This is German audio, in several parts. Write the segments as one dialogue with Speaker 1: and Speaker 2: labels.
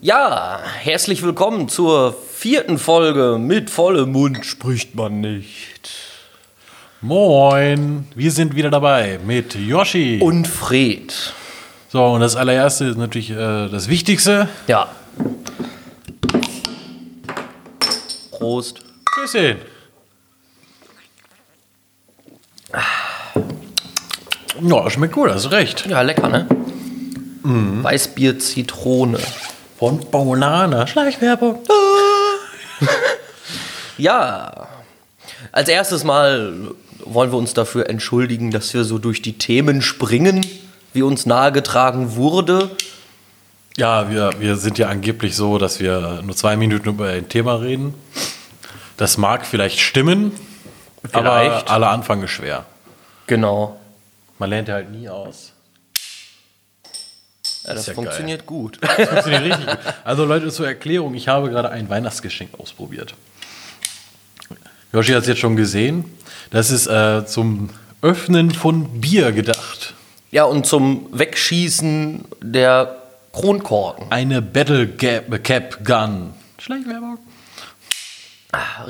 Speaker 1: Ja, herzlich willkommen zur vierten Folge mit vollem Mund spricht man nicht.
Speaker 2: Moin, wir sind wieder dabei mit Yoshi.
Speaker 1: Und Fred.
Speaker 2: so, und das allererste ist natürlich äh, das Wichtigste.
Speaker 1: Ja. Prost.
Speaker 2: Tschüsschen. Ja, schmeckt gut, hast recht.
Speaker 1: Ja, lecker, ne? Weißbier Zitrone.
Speaker 2: Von Bonana, Schleichwerbung. Ah.
Speaker 1: Ja. Als erstes mal wollen wir uns dafür entschuldigen, dass wir so durch die Themen springen, wie uns nahegetragen wurde.
Speaker 2: Ja, wir, wir sind ja angeblich so, dass wir nur zwei Minuten über ein Thema reden. Das mag vielleicht stimmen,
Speaker 1: Vielleicht.
Speaker 2: aber aller Anfang ist schwer.
Speaker 1: Genau.
Speaker 2: Man lernt ja halt nie aus.
Speaker 1: Ja, das
Speaker 2: ja
Speaker 1: funktioniert gut.
Speaker 2: Das funktioniert richtig gut. Also Leute, zur Erklärung, ich habe gerade ein Weihnachtsgeschenk ausprobiert. Yoshi hat es jetzt schon gesehen. Das ist äh, zum Öffnen von Bier gedacht.
Speaker 1: Ja, und zum Wegschießen der Kronkorken.
Speaker 2: Eine Battle Gap, Cap Gun. Schleichwerbung.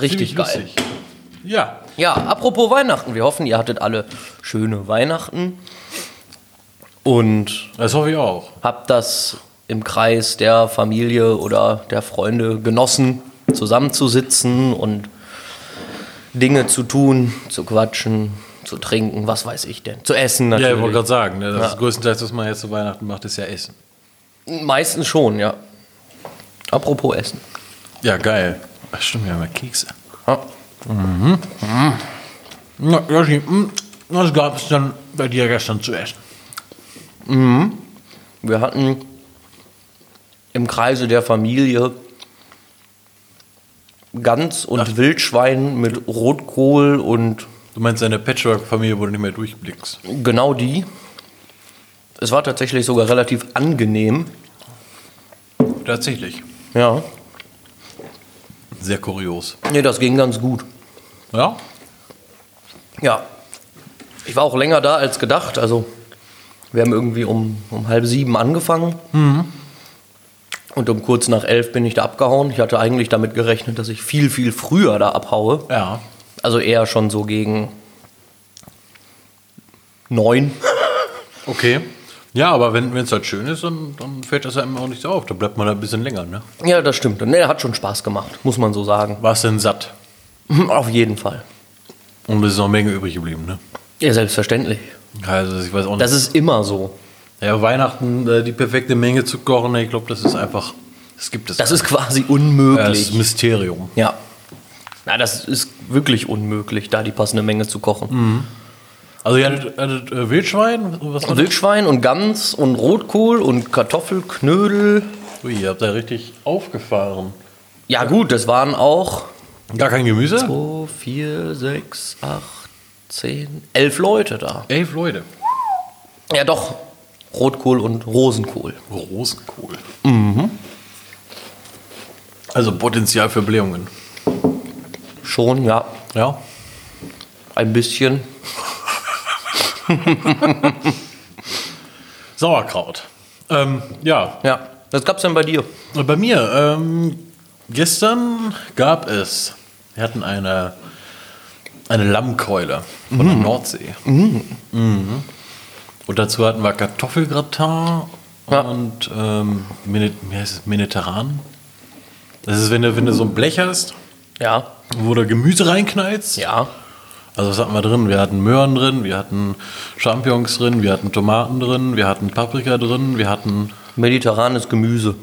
Speaker 1: Richtig geil.
Speaker 2: Lustig. Ja,
Speaker 1: Ja, apropos Weihnachten. Wir hoffen, ihr hattet alle schöne Weihnachten und
Speaker 2: das hoffe ich auch.
Speaker 1: habt das im Kreis der Familie oder der Freunde genossen, zusammenzusitzen und Dinge zu tun, zu quatschen, zu trinken, was weiß ich denn. Zu essen
Speaker 2: Ja,
Speaker 1: natürlich.
Speaker 2: ich wollte gerade sagen, ne, das
Speaker 1: Ja.
Speaker 2: ist größtenteils, was man jetzt zu Weihnachten macht, ist ja Essen.
Speaker 1: Meistens schon, ja. Apropos Essen.
Speaker 2: Ja, geil. Ach, stimmt, wir haben ja Kekse.
Speaker 1: Ja.
Speaker 2: Na, Yoshi, hm, was gab es denn bei dir gestern zu essen?
Speaker 1: Wir hatten im Kreise der Familie Gans und Wildschwein mit Rotkohl und
Speaker 2: Du meinst, deine Patchwork-Familie, wo du nicht mehr durchblickst.
Speaker 1: genau die. Es war tatsächlich sogar relativ angenehm.
Speaker 2: Tatsächlich.
Speaker 1: Ja.
Speaker 2: Sehr kurios.
Speaker 1: Nee, das ging ganz gut.
Speaker 2: Ja?
Speaker 1: Ja. Ich war auch länger da als gedacht. Also, wir haben irgendwie um, um halb sieben angefangen. Und um kurz nach elf bin ich da abgehauen. Ich hatte eigentlich damit gerechnet, dass ich viel, viel früher da abhaue.
Speaker 2: Ja.
Speaker 1: Also eher schon so gegen neun.
Speaker 2: Okay. Ja, aber wenn es halt schön ist, dann, dann fällt das einem auch nicht so auf. Da bleibt man ein bisschen länger, ne?
Speaker 1: Ja, das stimmt. Ne, hat schon Spaß gemacht, muss man so sagen.
Speaker 2: Warst denn satt?
Speaker 1: Auf jeden Fall.
Speaker 2: Und es ist noch eine Menge übrig geblieben, ne?
Speaker 1: Ja, selbstverständlich.
Speaker 2: Also, ich weiß auch nicht.
Speaker 1: Das ist immer so.
Speaker 2: ja, Weihnachten äh, die perfekte Menge zu kochen, ich glaube, das ist einfach. Das gibt es.
Speaker 1: Das
Speaker 2: gar
Speaker 1: ist quasi
Speaker 2: nicht. das ist
Speaker 1: unmöglich.
Speaker 2: Mysterium.
Speaker 1: Ja. Na, das ist wirklich unmöglich, da die passende Menge zu kochen.
Speaker 2: Also, ihr hattet, hattet äh, Wildschwein? Was
Speaker 1: Also-
Speaker 2: war das?
Speaker 1: Wildschwein und Gans und Rotkohl und Kartoffelknödel.
Speaker 2: Ui, ihr habt da richtig aufgefahren.
Speaker 1: Ja, gut, das waren auch
Speaker 2: Gar kein Gemüse?
Speaker 1: 2, 4, 6, 8, 10, 11 Leute da.
Speaker 2: Elf Leute.
Speaker 1: Ja, doch. Rotkohl und Rosenkohl.
Speaker 2: Rosenkohl. Mhm. Also Potenzial für Blähungen.
Speaker 1: Schon, ja.
Speaker 2: Ja.
Speaker 1: Ein bisschen.
Speaker 2: Sauerkraut. Ähm, ja,
Speaker 1: Ja. Was gab's denn bei dir?
Speaker 2: Und bei mir. Ähm, gestern gab es, wir hatten eine, eine Lammkeule von der Nordsee. Mhm. Und dazu hatten wir Kartoffelgratin
Speaker 1: Ja.
Speaker 2: und ähm, Mini- wie heißt es? Minetaran. Das ist, wenn du, wenn du so ein Blech hast,
Speaker 1: Ja.
Speaker 2: wo du Gemüse reinknallst.
Speaker 1: Ja.
Speaker 2: Also was hatten wir drin? Wir hatten Möhren drin, wir hatten Champignons drin, wir hatten Tomaten drin, wir hatten Paprika drin, wir hatten
Speaker 1: Mediterranes Gemüse.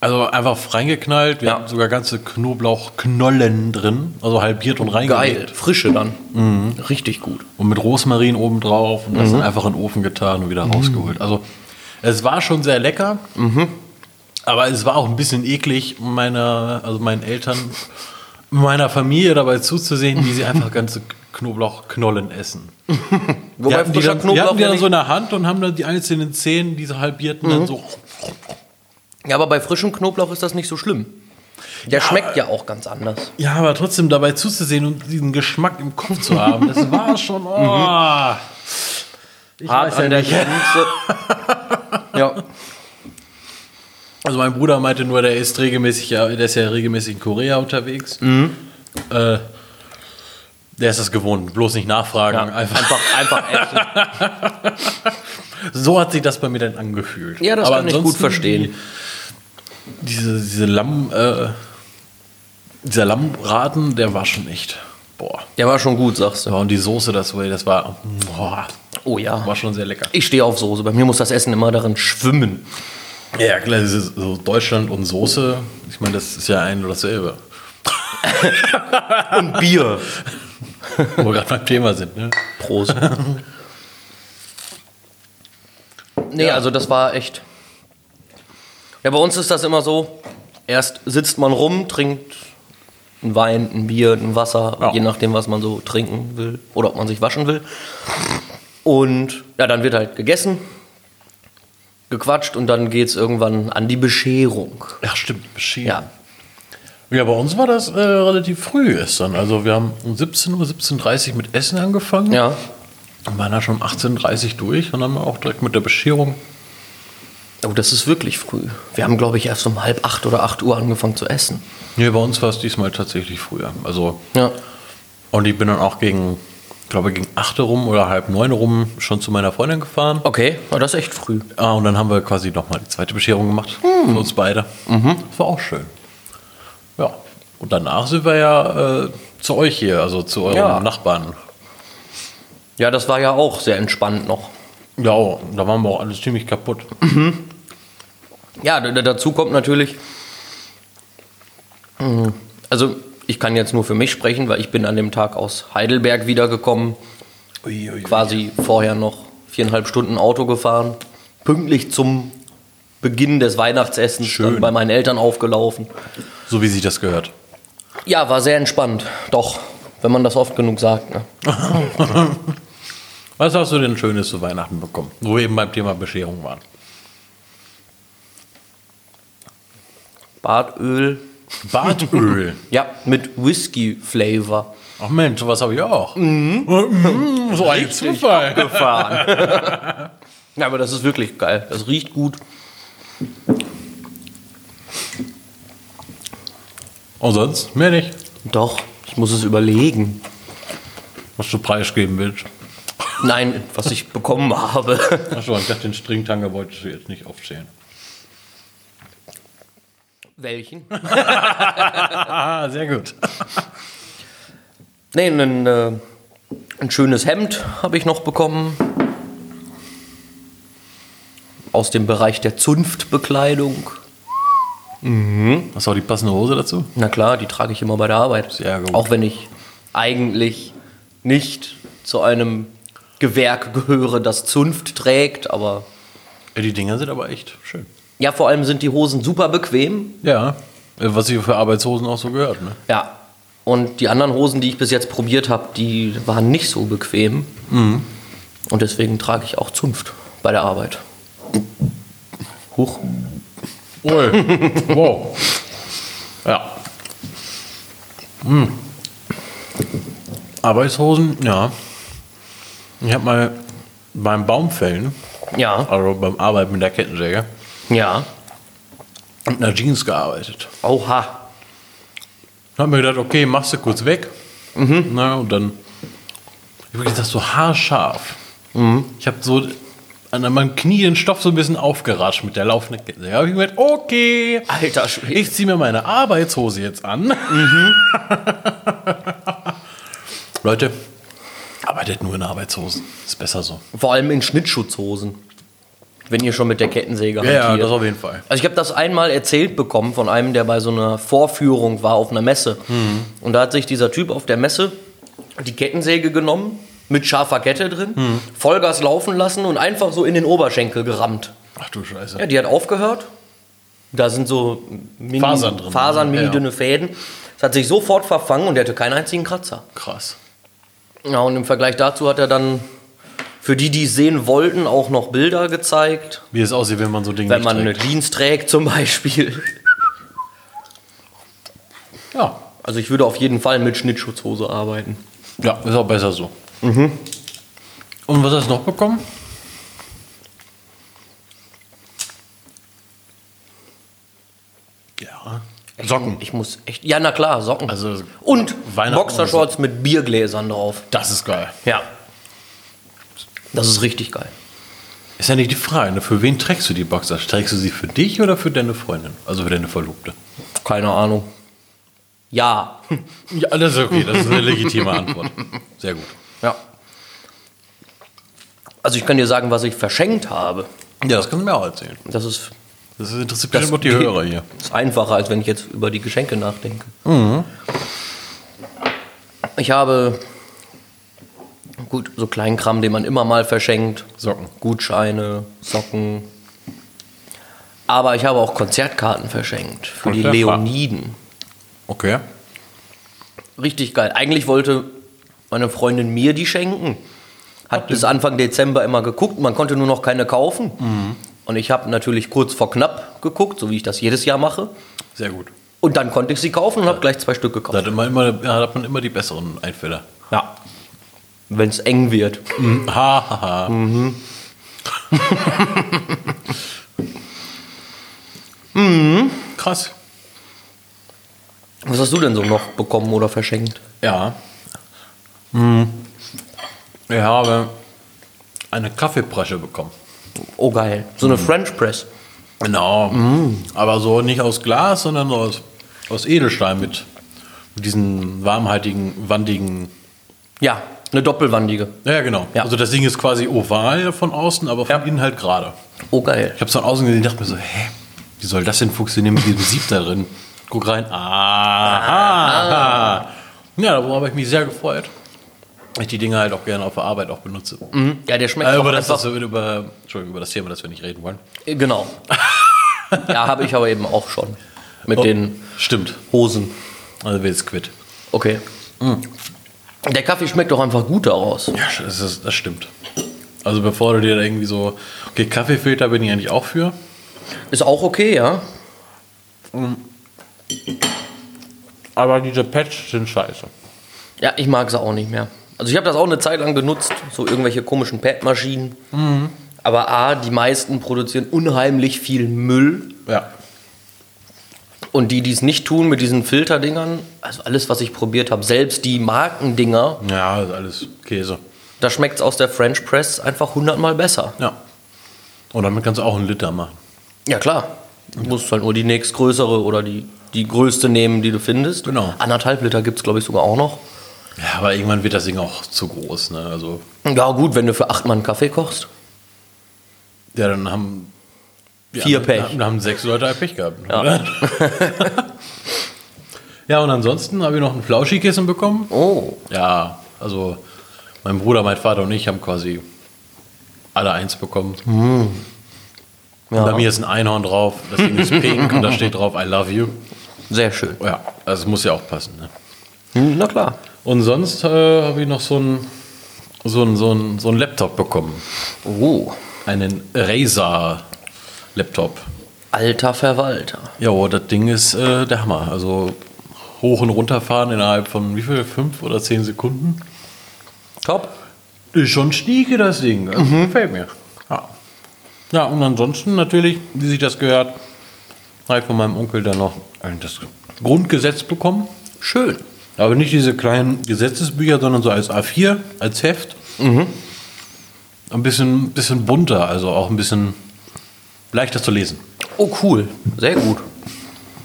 Speaker 2: also einfach reingeknallt, wir
Speaker 1: Ja.
Speaker 2: hatten sogar ganze Knoblauchknollen drin, also halbiert und
Speaker 1: Geil.
Speaker 2: reingelegt
Speaker 1: Frische dann. Richtig gut.
Speaker 2: und mit Rosmarin oben drauf und
Speaker 1: Mhm.
Speaker 2: das dann einfach in den Ofen getan und wieder rausgeholt. Also es war schon sehr lecker,
Speaker 1: Mhm.
Speaker 2: aber es war auch ein bisschen eklig meiner, also meinen Eltern, meiner Familie dabei zuzusehen, wie sie einfach ganze Knoblauchknollen essen. Die
Speaker 1: Wobei
Speaker 2: hatten die,
Speaker 1: frischer
Speaker 2: dann, die
Speaker 1: Knoblauch
Speaker 2: hatten die
Speaker 1: ja,
Speaker 2: dann
Speaker 1: nicht, Mhm.
Speaker 2: so in der Hand und haben dann die einzelnen Zehen, diese halbierten, dann so.
Speaker 1: ja, aber bei frischem Knoblauch ist das nicht so schlimm. Der schmeckt ja auch ganz anders.
Speaker 2: Ja, aber trotzdem dabei zuzusehen und diesen Geschmack im Kopf zu haben, das war schon. Oh.
Speaker 1: Mhm.
Speaker 2: Ich weiß ja nicht.
Speaker 1: Grenze. ja.
Speaker 2: Also mein Bruder meinte nur, der ist regelmäßig, ja, der ist ja regelmäßig in Korea unterwegs.
Speaker 1: Mhm.
Speaker 2: Äh, der ist das gewohnt, bloß nicht nachfragen. einfach.
Speaker 1: Einfach, einfach essen.
Speaker 2: So hat sich das bei mir dann angefühlt.
Speaker 1: Ja, das
Speaker 2: Aber
Speaker 1: kann ich gut
Speaker 2: ansonsten
Speaker 1: verstehen.
Speaker 2: Die, diese diese Lamm, äh, dieser Lammbraten, der war schon echt. Boah.
Speaker 1: Der war schon gut, sagst du.
Speaker 2: Ja, und die Soße, das war, das war, boah,
Speaker 1: Oh ja.
Speaker 2: war schon sehr lecker.
Speaker 1: Ich stehe auf Soße. Bei mir muss das Essen immer darin schwimmen.
Speaker 2: Ja, klar, das ist so Deutschland und Soße, ich meine, das ist ja ein oder dasselbe.
Speaker 1: Und Bier.
Speaker 2: Wo wir gerade beim Thema sind, ne?
Speaker 1: Prost. nee, also das war echt. Ja, bei uns ist das immer so: erst sitzt man rum, trinkt einen Wein, ein Bier, ein Wasser,
Speaker 2: Ja.
Speaker 1: je nachdem, was man so trinken will oder ob man sich waschen will. Und ja, dann wird halt gegessen, gequatscht und dann geht es irgendwann an die Bescherung.
Speaker 2: Ja, stimmt, Beschieden.
Speaker 1: Ja,
Speaker 2: Ja. ja, bei uns war das äh, relativ früh gestern. Also wir haben um 17 Uhr, 17.30 Uhr mit Essen angefangen.
Speaker 1: ja.
Speaker 2: Und waren da schon um 18.30 Uhr durch und haben auch direkt mit der Bescherung.
Speaker 1: Oh, das ist wirklich früh. Wir haben, glaube ich, erst um halb acht oder acht Uhr angefangen zu essen.
Speaker 2: Nee, bei uns war es diesmal tatsächlich früher. Also,
Speaker 1: Ja.
Speaker 2: und ich bin dann auch gegen, glaube gegen 8 Uhr rum oder halb 9 Uhr rum schon zu meiner Freundin gefahren.
Speaker 1: Okay, na, das ist echt früh.
Speaker 2: Ah, und dann haben wir quasi nochmal die zweite Bescherung gemacht. Für uns beide. Das war auch schön. Ja. Und danach sind wir ja äh, zu euch hier, also zu euren
Speaker 1: Ja.
Speaker 2: Nachbarn.
Speaker 1: Ja, das war ja auch sehr entspannt noch.
Speaker 2: Ja, da waren wir auch alles ziemlich kaputt.
Speaker 1: Ja, d- d- dazu kommt natürlich. mh, Also, ich kann jetzt nur für mich sprechen, weil ich bin an dem Tag aus Heidelberg wiedergekommen, quasi vorher noch viereinhalb Stunden Auto gefahren, pünktlich zum Beginn des Weihnachtsessens
Speaker 2: Schön.
Speaker 1: Dann bei meinen Eltern aufgelaufen.
Speaker 2: So wie sich das gehört.
Speaker 1: Ja, war sehr entspannt. Doch, wenn man das oft genug sagt. Ne?
Speaker 2: Was hast du denn Schönes zu Weihnachten bekommen? Wo wir eben beim Thema Bescherung waren.
Speaker 1: Bartöl.
Speaker 2: Bartöl.
Speaker 1: Ja, mit Whisky-Flavor.
Speaker 2: Ach Mensch, sowas habe ich auch. Mhm, so ein Zufall.
Speaker 1: gefahren. ja, aber das ist wirklich geil. Das riecht gut.
Speaker 2: Und sonst? Mehr nicht.
Speaker 1: Doch, ich muss es überlegen.
Speaker 2: Was du preisgeben willst.
Speaker 1: Nein, was ich bekommen habe.
Speaker 2: Achso, ich dachte, den Stringtanger wolltest du jetzt nicht aufzählen.
Speaker 1: Welchen?
Speaker 2: Ah, sehr gut.
Speaker 1: Nee, ein, äh, ein schönes Hemd habe ich noch bekommen. Aus dem Bereich der Zunftbekleidung.
Speaker 2: Hast du auch die passende Hose dazu?
Speaker 1: Na klar, die trage ich immer bei der Arbeit.
Speaker 2: Sehr gut.
Speaker 1: Auch wenn ich eigentlich nicht zu einem Gewerk gehöre, das Zunft trägt, aber
Speaker 2: Ja, die Dinger sind aber echt schön.
Speaker 1: ja, vor allem sind die Hosen super bequem.
Speaker 2: Ja, äh, was ich für Arbeitshosen auch so gehört, ne?
Speaker 1: Ja. Und die anderen Hosen, die ich bis jetzt probiert habe, die waren nicht so bequem. Und deswegen trage ich auch Zunft bei der Arbeit. Huch.
Speaker 2: Ui, wow. Ja. Hm. Arbeitshosen, ja. Ich habe mal beim Baumfällen,
Speaker 1: Ja,
Speaker 2: also beim Arbeiten mit der Kettensäge,
Speaker 1: ja.
Speaker 2: mit einer Jeans gearbeitet.
Speaker 1: Oha.
Speaker 2: Dann habe mir gedacht, okay, machst du kurz weg. Na, und dann. Übrigens, das so haarscharf. Ich habe so an meinem Knie den Stoff so ein bisschen aufgeratscht mit der laufenden Kette. Da habe ich mir gedacht, okay,
Speaker 1: Alter Schwede.
Speaker 2: ich ziehe mir meine Arbeitshose jetzt an. Mhm. Leute, arbeitet nur in Arbeitshosen. Ist besser so.
Speaker 1: Vor allem in Schnittschutzhosen. Wenn ihr schon mit der Kettensäge hantiert.
Speaker 2: auf jeden Fall.
Speaker 1: Also ich habe das einmal erzählt bekommen von einem, der bei so einer Vorführung war auf einer Messe.
Speaker 2: Hm.
Speaker 1: Und da hat sich dieser Typ auf der Messe die Kettensäge genommen, mit scharfer Kette drin,
Speaker 2: Hm.
Speaker 1: Vollgas laufen lassen und einfach so in den Oberschenkel gerammt.
Speaker 2: Ach du Scheiße.
Speaker 1: Ja, die hat aufgehört. Da sind so mini,
Speaker 2: Fasern drin,
Speaker 1: Fasern,
Speaker 2: ne?
Speaker 1: mini
Speaker 2: Ja.
Speaker 1: dünne Fäden. Es hat sich sofort verfangen und er hatte keinen einzigen Kratzer.
Speaker 2: Krass.
Speaker 1: Ja, und im Vergleich dazu hat er dann für die, die es sehen wollten, auch noch Bilder gezeigt.
Speaker 2: Wie es aussieht, wenn man so Dinge
Speaker 1: Wenn man eine
Speaker 2: nicht
Speaker 1: Jeans trägt zum Beispiel.
Speaker 2: trägt. Ja.
Speaker 1: Also ich würde auf jeden Fall mit Schnittschutzhose arbeiten.
Speaker 2: ja, ist auch besser so. Und was hast du noch bekommen? Ja.
Speaker 1: Socken. Ich muss echt. Ja, na klar, Socken.
Speaker 2: Also,
Speaker 1: und
Speaker 2: Weihnachten-
Speaker 1: Boxershorts mit Biergläsern drauf.
Speaker 2: Das ist geil.
Speaker 1: Ja. Das ist richtig geil.
Speaker 2: Ist ja nicht die Frage, ne? für wen trägst du die Boxer? Trägst du sie für dich oder für deine Freundin? Also für deine Verlobte?
Speaker 1: Keine Ahnung. Ja.
Speaker 2: Ja, das ist okay, das ist eine legitime Antwort. Sehr gut.
Speaker 1: Ja. Also ich kann dir sagen, was ich verschenkt habe.
Speaker 2: Ja, das kannst du mir auch erzählen.
Speaker 1: Das ist,
Speaker 2: Das interessiert
Speaker 1: Das
Speaker 2: bestimmt auch die
Speaker 1: geht.
Speaker 2: Hörer hier.
Speaker 1: ist einfacher, als wenn ich jetzt über die Geschenke nachdenke.
Speaker 2: Mhm.
Speaker 1: Ich habe, gut, so Kleinkram, den man immer mal verschenkt.
Speaker 2: Socken.
Speaker 1: Gutscheine, Socken. Aber ich habe auch Konzertkarten verschenkt für die
Speaker 2: Konzertkarten.
Speaker 1: Leoniden.
Speaker 2: Okay.
Speaker 1: Richtig geil. Eigentlich wollte meine Freundin mir die schenken. Hat bis Anfang Dezember immer geguckt. Man konnte nur noch keine kaufen.
Speaker 2: Mhm.
Speaker 1: Und ich habe natürlich kurz vor knapp geguckt, so wie ich das jedes Jahr mache.
Speaker 2: Sehr gut.
Speaker 1: Und dann konnte ich sie kaufen und habe gleich zwei Stück
Speaker 2: Da
Speaker 1: gekauft.
Speaker 2: hat, immer, immer, da hat man immer die besseren Einfälle.
Speaker 1: Ja. Wenn es eng wird.
Speaker 2: Ha, ha, ha.
Speaker 1: Mhm.
Speaker 2: Mhm. Krass.
Speaker 1: Was hast du denn so noch bekommen oder verschenkt?
Speaker 2: Ja. Hm.
Speaker 1: Mhm.
Speaker 2: Ich habe eine Kaffeepresche bekommen.
Speaker 1: Oh geil. So
Speaker 2: Mhm.
Speaker 1: eine French Press.
Speaker 2: Genau.
Speaker 1: Mhm.
Speaker 2: Aber so nicht aus Glas, sondern so aus, aus Edelstein mit diesen warmhaltigen, wandigen.
Speaker 1: Ja, eine doppelwandige.
Speaker 2: Ja, genau.
Speaker 1: Ja.
Speaker 2: Also das Ding ist quasi oval von außen, aber von
Speaker 1: Ja.
Speaker 2: innen halt gerade.
Speaker 1: Oh geil.
Speaker 2: Ich habe es von außen gesehen und dachte mir so, hä, wie soll das denn funktionieren mit diesem Sieb da drin? Guck rein. Aha. Ja, darüber habe ich mich sehr gefreut. weil Ich die Dinge halt auch gerne auf der Arbeit auch benutze.
Speaker 1: Ja, der schmeckt
Speaker 2: Äh,
Speaker 1: auch
Speaker 2: über, das,
Speaker 1: einfach.
Speaker 2: das, wir über, Entschuldigung, über das Thema, das wir nicht reden wollen.
Speaker 1: Genau. ja, habe ich aber eben auch schon. Mit
Speaker 2: Oh,
Speaker 1: den
Speaker 2: Stimmt.
Speaker 1: Hosen.
Speaker 2: Also wir jetzt quitt.
Speaker 1: Okay. Mhm. Der Kaffee schmeckt doch einfach gut daraus.
Speaker 2: Ja, das, ist, das stimmt. Also bevor du dir da irgendwie so, okay, Kaffeefilter bin ich eigentlich auch für.
Speaker 1: Ist auch okay, ja?
Speaker 2: Ähm, Aber diese Patch sind scheiße.
Speaker 1: Ja, ich mag sie auch nicht mehr. Also ich habe das auch eine Zeit lang genutzt, so irgendwelche komischen Padmaschinen.
Speaker 2: Mhm.
Speaker 1: Aber A, die meisten produzieren unheimlich viel Müll.
Speaker 2: Ja.
Speaker 1: Und die, die es nicht tun mit diesen Filterdingern, also alles, was ich probiert habe, selbst die Markendinger,
Speaker 2: Ja, ist alles Käse.
Speaker 1: da schmeckt es aus der French Press einfach hundertmal besser.
Speaker 2: Ja. Und damit kannst du auch einen Liter machen.
Speaker 1: Ja, klar. Du musst halt nur die nächstgrößere oder die, die größte nehmen, die du findest.
Speaker 2: Genau.
Speaker 1: Anderthalb Liter gibt es, glaube ich, sogar auch noch.
Speaker 2: Ja, aber irgendwann wird das Ding auch zu groß, ne? Also,
Speaker 1: Ja, gut, wenn du für acht Mann Kaffee kochst.
Speaker 2: ja, dann haben. ja,
Speaker 1: Vier
Speaker 2: dann-
Speaker 1: Pech.
Speaker 2: Dann haben sechs Leute halt Pech gehabt. Ja. ja, und ansonsten habe ich noch ein Flauschikissen bekommen.
Speaker 1: Oh.
Speaker 2: Ja, also mein Bruder, mein Vater und ich haben quasi alle eins bekommen.
Speaker 1: Ja,
Speaker 2: Bei mir ist ein Einhorn drauf, das Ding ist pink und da steht drauf I love you.
Speaker 1: Sehr schön.
Speaker 2: Ja, also es muss ja auch passen. Ne?
Speaker 1: Hm, Na klar.
Speaker 2: Und sonst äh, habe ich noch so einen so einen- so einen- so einen Laptop bekommen.
Speaker 1: Oh.
Speaker 2: Einen Razer Laptop.
Speaker 1: Alter Verwalter.
Speaker 2: Ja, boah, das Ding ist äh, der Hammer. Also hoch und runterfahren innerhalb von wie viel? Fünf oder zehn Sekunden?
Speaker 1: Top.
Speaker 2: Ist schon schnieke das Ding. Also, Gefällt mir. Ja. ja, und ansonsten natürlich, wie sich das gehört, habe ich von meinem Onkel dann noch ein- das Grundgesetz bekommen.
Speaker 1: Schön.
Speaker 2: Aber nicht diese kleinen Gesetzesbücher, sondern so als A4, als Heft. Ein bisschen, bisschen bunter, also auch ein bisschen leichter zu lesen.
Speaker 1: Oh, cool. Sehr gut.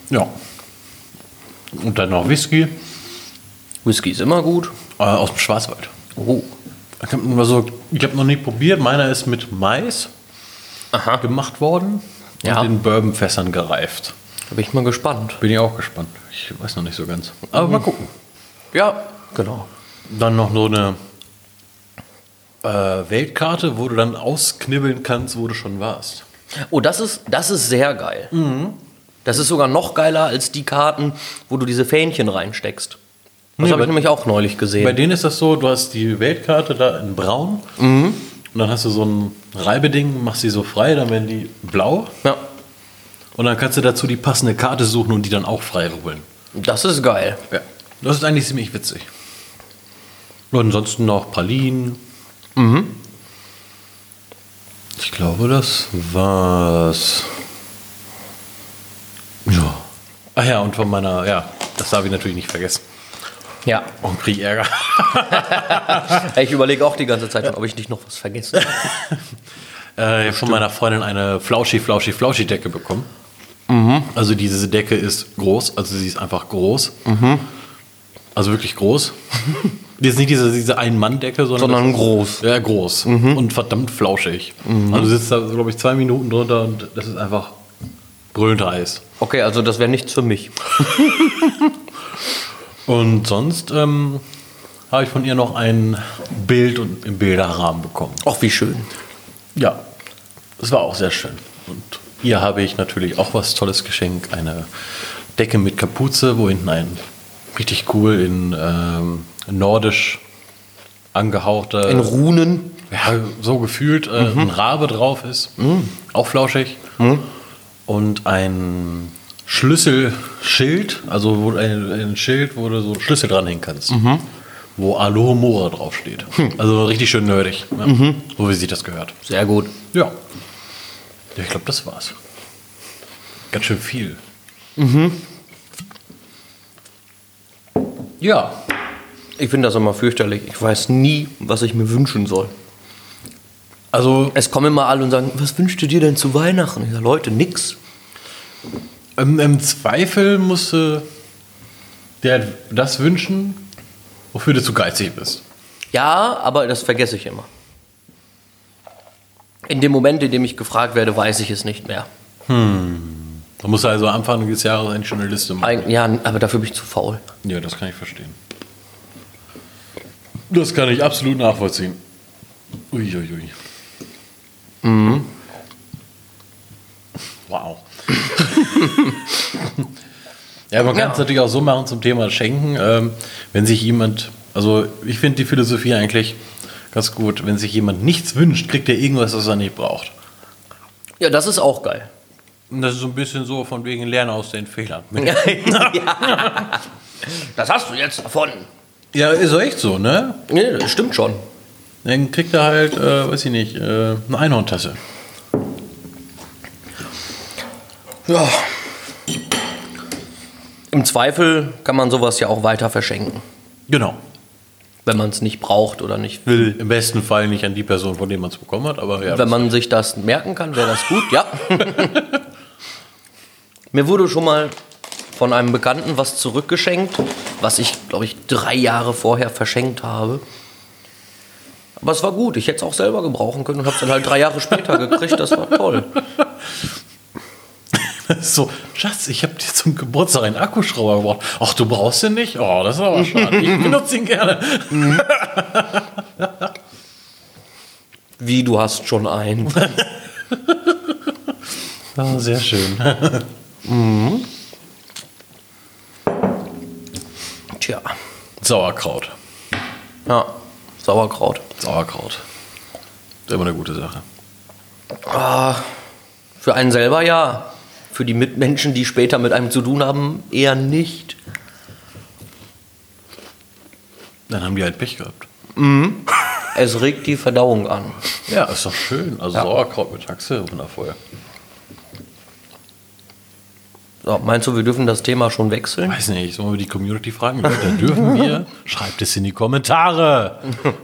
Speaker 2: Ja. Und dann noch Whisky
Speaker 1: Whisky ist immer gut.
Speaker 2: äh, aus dem Schwarzwald.
Speaker 1: Oh.
Speaker 2: Da kommt immer so- Ich habe noch nicht probiert. Meiner ist mit Mais
Speaker 1: Aha.
Speaker 2: gemacht worden
Speaker 1: Ja.
Speaker 2: und in Bourbonfässern gereift.
Speaker 1: Da bin ich mal gespannt.
Speaker 2: Bin ich auch gespannt. Ich weiß noch nicht so ganz. Aber mal gucken.
Speaker 1: Ja. Genau.
Speaker 2: Dann noch so eine äh, Weltkarte, wo du dann ausknibbeln kannst, wo du schon warst.
Speaker 1: Oh, das ist, das ist sehr geil. Das ist sogar noch geiler als die Karten, wo du diese Fähnchen reinsteckst. Das
Speaker 2: Nee,
Speaker 1: habe ich
Speaker 2: bei-
Speaker 1: nämlich auch neulich gesehen.
Speaker 2: Bei denen ist das so, du hast die Weltkarte da in braun und dann hast du so ein Reibeding, machst sie so frei, dann werden die blau
Speaker 1: ja,
Speaker 2: und dann kannst du dazu die passende Karte suchen und die dann auch frei holen.
Speaker 1: das ist geil.
Speaker 2: Ja. Das ist eigentlich ziemlich witzig. Und ansonsten noch Pralinen. Ich glaube, das war's. Ja. Ach ja, und von meiner, ja, das darf ich natürlich nicht vergessen.
Speaker 1: Ja.
Speaker 2: Und krieg Ärger.
Speaker 1: Ich überlege auch die ganze Zeit, ob ich nicht noch was vergesse.
Speaker 2: Äh, ich habe von meiner Freundin eine flauschi, flauschi, flauschi Decke bekommen. Also diese Decke ist groß, also sie ist einfach groß. Also wirklich groß. Die ist nicht diese, diese Ein-Mann-Decke, sondern,
Speaker 1: Sondern
Speaker 2: das ist-
Speaker 1: groß.
Speaker 2: Ja, groß. Und verdammt flauschig. Also du sitzt da, glaube ich, zwei Minuten drunter und das ist einfach brüllend heiß.
Speaker 1: Okay, also das wäre nichts für mich.
Speaker 2: Und sonst ähm, habe ich von ihr noch ein Bild und im Bilderrahmen bekommen.
Speaker 1: Ach, wie schön.
Speaker 2: Ja, es war auch sehr schön. Und ihr habe ich natürlich auch was Tolles geschenkt. Eine Decke mit Kapuze, wo hinten ein richtig cool in ähm, nordisch angehauchter,
Speaker 1: In Runen.
Speaker 2: ja, so gefühlt, äh, ein Rabe drauf ist. Auch flauschig. Und ein Schlüsselschild, also wo ein, ein Schild, wo du so einen Schlüssel dranhängen kannst. Wo Alohomora draufsteht. Also richtig schön nerdig, ja. so wie sich das gehört.
Speaker 1: Sehr gut.
Speaker 2: Ja. ja ich glaube, das war's. Ganz schön viel. Mhm. Ja.
Speaker 1: Ich finde das immer fürchterlich. Ich weiß nie, was ich mir wünschen soll.
Speaker 2: Also,
Speaker 1: Es kommen immer alle und sagen, was wünschst du dir denn zu Weihnachten? Ich sage, Leute, nix.
Speaker 2: im, ähm, im Zweifel musste der das wünschen, wofür du zu geizig bist.
Speaker 1: Ja, aber das vergesse ich immer. In dem Moment, in dem ich gefragt werde, weiß ich es nicht mehr.
Speaker 2: Da musst du also Anfang des Jahres eigentlich schon eine Liste machen.
Speaker 1: Eig ja, aber dafür bin ich zu faul.
Speaker 2: Ja, das kann ich verstehen. Das kann ich absolut nachvollziehen. Uiuiui. Wow. ja, man kann es
Speaker 1: Ja.
Speaker 2: natürlich auch so machen zum Thema Schenken. Ähm, wenn sich jemand, also ich finde die Philosophie eigentlich ganz gut. Wenn sich jemand nichts wünscht, kriegt er irgendwas, was er nicht braucht.
Speaker 1: Ja, das ist auch geil.
Speaker 2: Und das ist so ein bisschen so von wegen Lernen aus den Fehlern.
Speaker 1: ja. Das hast du jetzt davon.
Speaker 2: Ja, ist doch echt so, ne?
Speaker 1: Nee, das stimmt schon.
Speaker 2: Dann kriegt er halt, äh, weiß ich nicht, äh, eine Einhorntasse.
Speaker 1: Ja. Im Zweifel kann man sowas ja auch weiter verschenken,
Speaker 2: Genau.
Speaker 1: wenn man es nicht braucht oder nicht will.
Speaker 2: Im besten Fall nicht an die Person, von der man es bekommen hat, aber ja.
Speaker 1: Wenn man sich das merken kann, wäre das gut, ja. Mir wurde schon mal von einem Bekannten was zurückgeschenkt, was ich, glaube ich, drei Jahre vorher verschenkt habe. Aber es war gut, ich hätte es auch selber gebrauchen können und habe es dann halt drei Jahre später gekriegt, das war toll.
Speaker 2: so, Schatz, ich habe dir zum Geburtstag einen Akkuschrauber gebraucht. Ach, du brauchst den nicht? Oh, das ist aber schade. Ich benutze ihn gerne.
Speaker 1: Wie, du hast schon einen.
Speaker 2: Ah, sehr schön.
Speaker 1: Tja,
Speaker 2: Sauerkraut.
Speaker 1: ja, Sauerkraut.
Speaker 2: Sauerkraut. Ist immer eine gute Sache.
Speaker 1: Ah, für einen selber ja. Für die Mitmenschen, die später mit einem zu tun haben, eher nicht.
Speaker 2: Dann haben die halt Pech gehabt.
Speaker 1: Es regt die Verdauung an.
Speaker 2: Ja, ist doch schön. Also Sauerkraut mit Taxe, wundervoll.
Speaker 1: So, meinst du, wir dürfen das Thema schon wechseln?
Speaker 2: Weiß nicht, sollen wir die Community fragen? Ja, dann dürfen wir. Schreibt es in die Kommentare.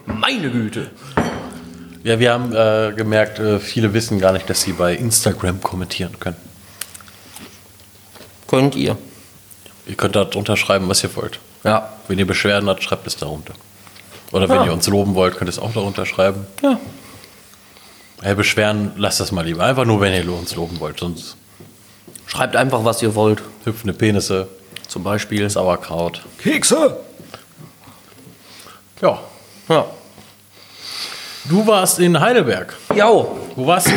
Speaker 1: Meine Güte.
Speaker 2: Ja, wir haben äh, gemerkt, äh, viele wissen gar nicht, dass sie bei Instagram kommentieren können.
Speaker 1: Könnt ihr.
Speaker 2: Ihr könnt da drunter schreiben, was ihr wollt.
Speaker 1: Ja.
Speaker 2: Wenn ihr Beschwerden habt, schreibt es darunter. Oder wenn
Speaker 1: Ja.
Speaker 2: ihr uns loben wollt, könnt ihr es auch darunter schreiben.
Speaker 1: Ja.
Speaker 2: Hey, Beschwerden, lasst das mal lieber. Einfach nur, wenn ihr uns loben wollt. Sonst
Speaker 1: Schreibt einfach, was ihr wollt.
Speaker 2: hüpfende Penisse,
Speaker 1: Zum Beispiel.
Speaker 2: Sauerkraut.
Speaker 1: Kekse!
Speaker 2: Ja.
Speaker 1: Ja.
Speaker 2: Du warst in Heidelberg.
Speaker 1: Jau.
Speaker 2: Wo warst du?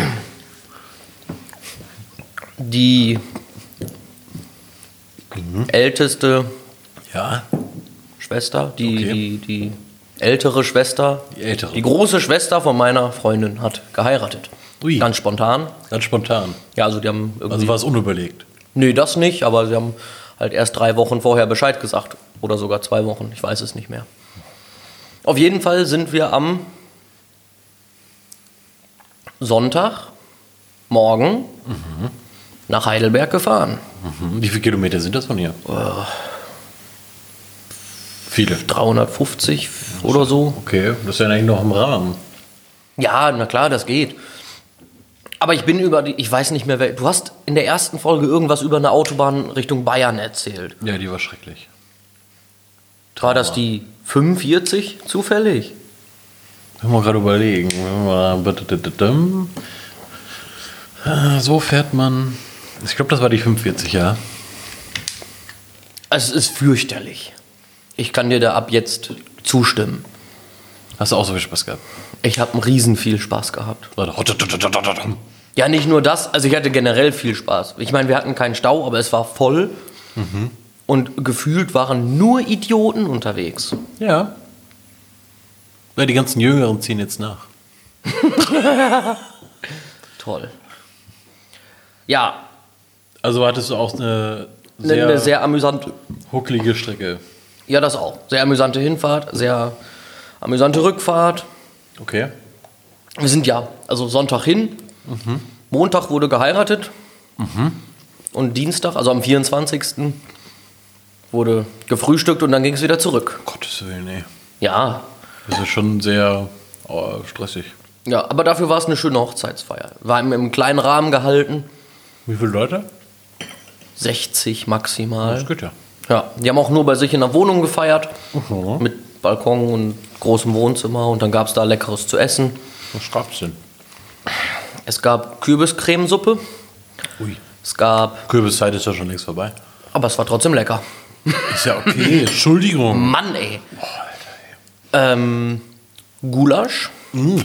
Speaker 1: Die Mhm. älteste
Speaker 2: Ja.
Speaker 1: Schwester, die,
Speaker 2: Okay.
Speaker 1: die, die ältere Schwester,
Speaker 2: Die ältere.
Speaker 1: die große Schwester von meiner Freundin hat geheiratet.
Speaker 2: Ui.
Speaker 1: Ganz spontan.
Speaker 2: Ganz spontan.
Speaker 1: Ja, also die haben irgendwie.
Speaker 2: Also war es unüberlegt.
Speaker 1: nee, das nicht, aber sie haben halt erst drei Wochen vorher Bescheid gesagt. Oder sogar zwei Wochen, ich weiß es nicht mehr. Auf jeden Fall sind wir am Sonntag morgen nach Heidelberg gefahren.
Speaker 2: Mhm. Wie viele Kilometer sind das von hier? Viele.
Speaker 1: 350 oder so.
Speaker 2: Okay, das ist ja eigentlich noch im Rahmen.
Speaker 1: Ja, na klar, das geht. Aber ich bin über die, ich weiß nicht mehr, wel- du hast in der ersten Folge irgendwas über eine Autobahn Richtung Bayern erzählt.
Speaker 2: Ja, die war schrecklich.
Speaker 1: War das die 45 zufällig?
Speaker 2: Ich muss mal gerade überlegen. Wenn wir mal- Äh, So fährt man. Ich glaube, das war die 45, ja.
Speaker 1: Es ist fürchterlich. Ich kann dir da ab jetzt zustimmen.
Speaker 2: Hast du auch so viel Spaß gehabt?
Speaker 1: Ich habe einen riesen viel Spaß gehabt.
Speaker 2: Warte.
Speaker 1: Ja, nicht nur das, also ich hatte generell viel Spaß. Ich meine, wir hatten keinen Stau, aber es war voll. Und gefühlt waren nur Idioten unterwegs.
Speaker 2: Ja. Weil die ganzen Jüngeren ziehen jetzt nach.
Speaker 1: Toll. Ja,
Speaker 2: Also hattest du auch eine
Speaker 1: eine
Speaker 2: sehr,
Speaker 1: eine sehr amüsante.
Speaker 2: hucklige Strecke.
Speaker 1: Ja, das auch. Sehr amüsante Hinfahrt, sehr amüsante Rückfahrt.
Speaker 2: Okay.
Speaker 1: Wir sind ja, also Sonntag hin. Montag wurde geheiratet. Und Dienstag, also am 24. wurde gefrühstückt und dann ging es wieder zurück.
Speaker 2: Gottes Willen, ey.
Speaker 1: Ja,
Speaker 2: Das ist schon sehr oh, stressig.
Speaker 1: Ja, aber dafür war es eine schöne Hochzeitsfeier. War im, im kleinen Rahmen gehalten,
Speaker 2: Wie viele Leute?
Speaker 1: 60
Speaker 2: Das
Speaker 1: maximal.
Speaker 2: geht ja.
Speaker 1: Ja, die haben auch nur bei sich in der Wohnung gefeiert, mit Balkon und großem Wohnzimmer und dann gab es da Leckeres zu essen.
Speaker 2: Was gab's denn?
Speaker 1: Es gab Kürbiscremesuppe,
Speaker 2: Ui.
Speaker 1: es gab,
Speaker 2: Kürbiszeit ist ja schon längst vorbei.
Speaker 1: aber es war trotzdem lecker.
Speaker 2: Ist ja okay. Entschuldigung.
Speaker 1: Mann, ey. Ähm, Gulasch,
Speaker 2: Mhm.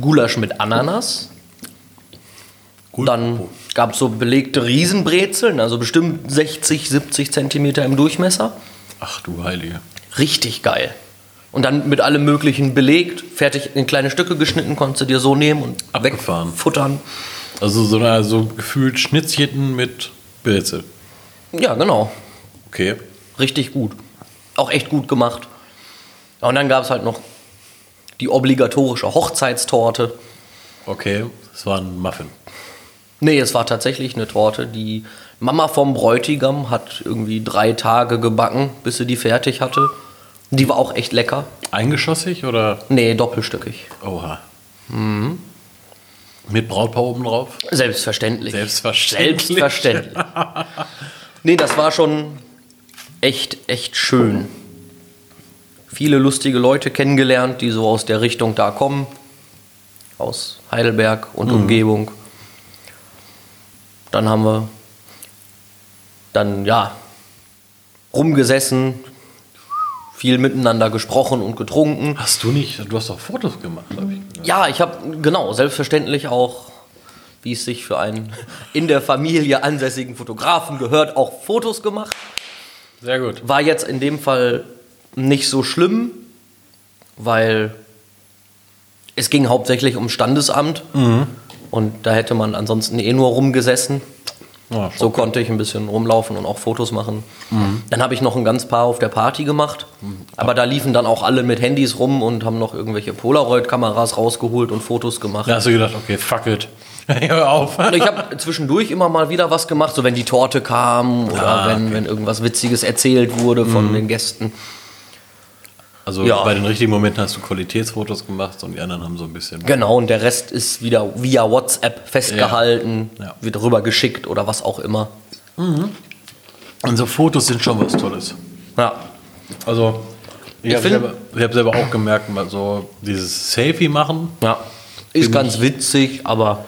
Speaker 1: Gulasch mit Ananas.
Speaker 2: Gut.
Speaker 1: Dann gab es so belegte Riesenbrezeln, also bestimmt 60, 70 Zentimeter im Durchmesser.
Speaker 2: Ach du Heilige.
Speaker 1: Richtig geil. Und dann mit allem Möglichen belegt, fertig in kleine Stücke geschnitten, konntest du dir so nehmen und
Speaker 2: Abgefahren.
Speaker 1: wegfuttern.
Speaker 2: Also so, eine, so gefühlt Schnitzchen mit Brezel.
Speaker 1: Ja, genau.
Speaker 2: Okay.
Speaker 1: Richtig gut. Auch echt gut gemacht. Ja, und dann gab es halt noch die obligatorische Hochzeitstorte.
Speaker 2: Okay. Das war ein Muffin.
Speaker 1: Nee, es war tatsächlich eine Torte. Die Mama vom Bräutigam hat irgendwie drei Tage gebacken, bis sie die fertig hatte. Die war auch echt lecker.
Speaker 2: Eingeschossig oder?
Speaker 1: Nee, doppelstöckig.
Speaker 2: Oha. Mhm. Mit Brautpaar oben drauf?
Speaker 1: Selbstverständlich.
Speaker 2: Selbstverständlich.
Speaker 1: Selbstverständlich. nee, das war schon echt, echt schön. Viele lustige Leute kennengelernt, die so aus der Richtung da kommen. Aus Heidelberg und Umgebung. Dann haben wir dann, ja, rumgesessen, viel miteinander gesprochen und getrunken.
Speaker 2: Hast du nicht? Du hast doch Fotos gemacht, glaube ich.
Speaker 1: Ja, ich habe genau, selbstverständlich auch, wie es sich für einen in der Familie ansässigen Fotografen gehört, auch Fotos gemacht.
Speaker 2: Sehr gut.
Speaker 1: War jetzt in dem Fall nicht so schlimm, weil es ging hauptsächlich um Standesamt und da hätte man ansonsten eh nur rumgesessen.
Speaker 2: Ja,
Speaker 1: So konnte ich ein bisschen rumlaufen und auch Fotos machen. Dann habe ich noch ein ganz paar auf der Party gemacht. Aber da liefen dann auch alle mit Handys rum und haben noch irgendwelche Polaroid-Kameras rausgeholt und Fotos gemacht.
Speaker 2: Da hast du gedacht, okay, fuck it. Hör auf.
Speaker 1: Ich habe zwischendurch immer mal wieder was gemacht, so wenn die Torte kam oder
Speaker 2: Ah,
Speaker 1: wenn, wenn irgendwas Witziges erzählt wurde von
Speaker 2: Mhm.
Speaker 1: den Gästen.
Speaker 2: Also
Speaker 1: Ja.
Speaker 2: bei den richtigen Momenten hast du Qualitätsfotos gemacht und die anderen haben so ein bisschen.
Speaker 1: Genau, und der Rest ist wieder via WhatsApp festgehalten,
Speaker 2: Ja. Ja.
Speaker 1: wird rübergeschickt oder was auch immer.
Speaker 2: Und so Fotos sind schon was Tolles.
Speaker 1: Ja,
Speaker 2: Also ich,
Speaker 1: Ich
Speaker 2: habe
Speaker 1: find-
Speaker 2: selber, ich hab selber auch gemerkt, mal so dieses Selfie machen,
Speaker 1: ja. Ist ganz witzig, aber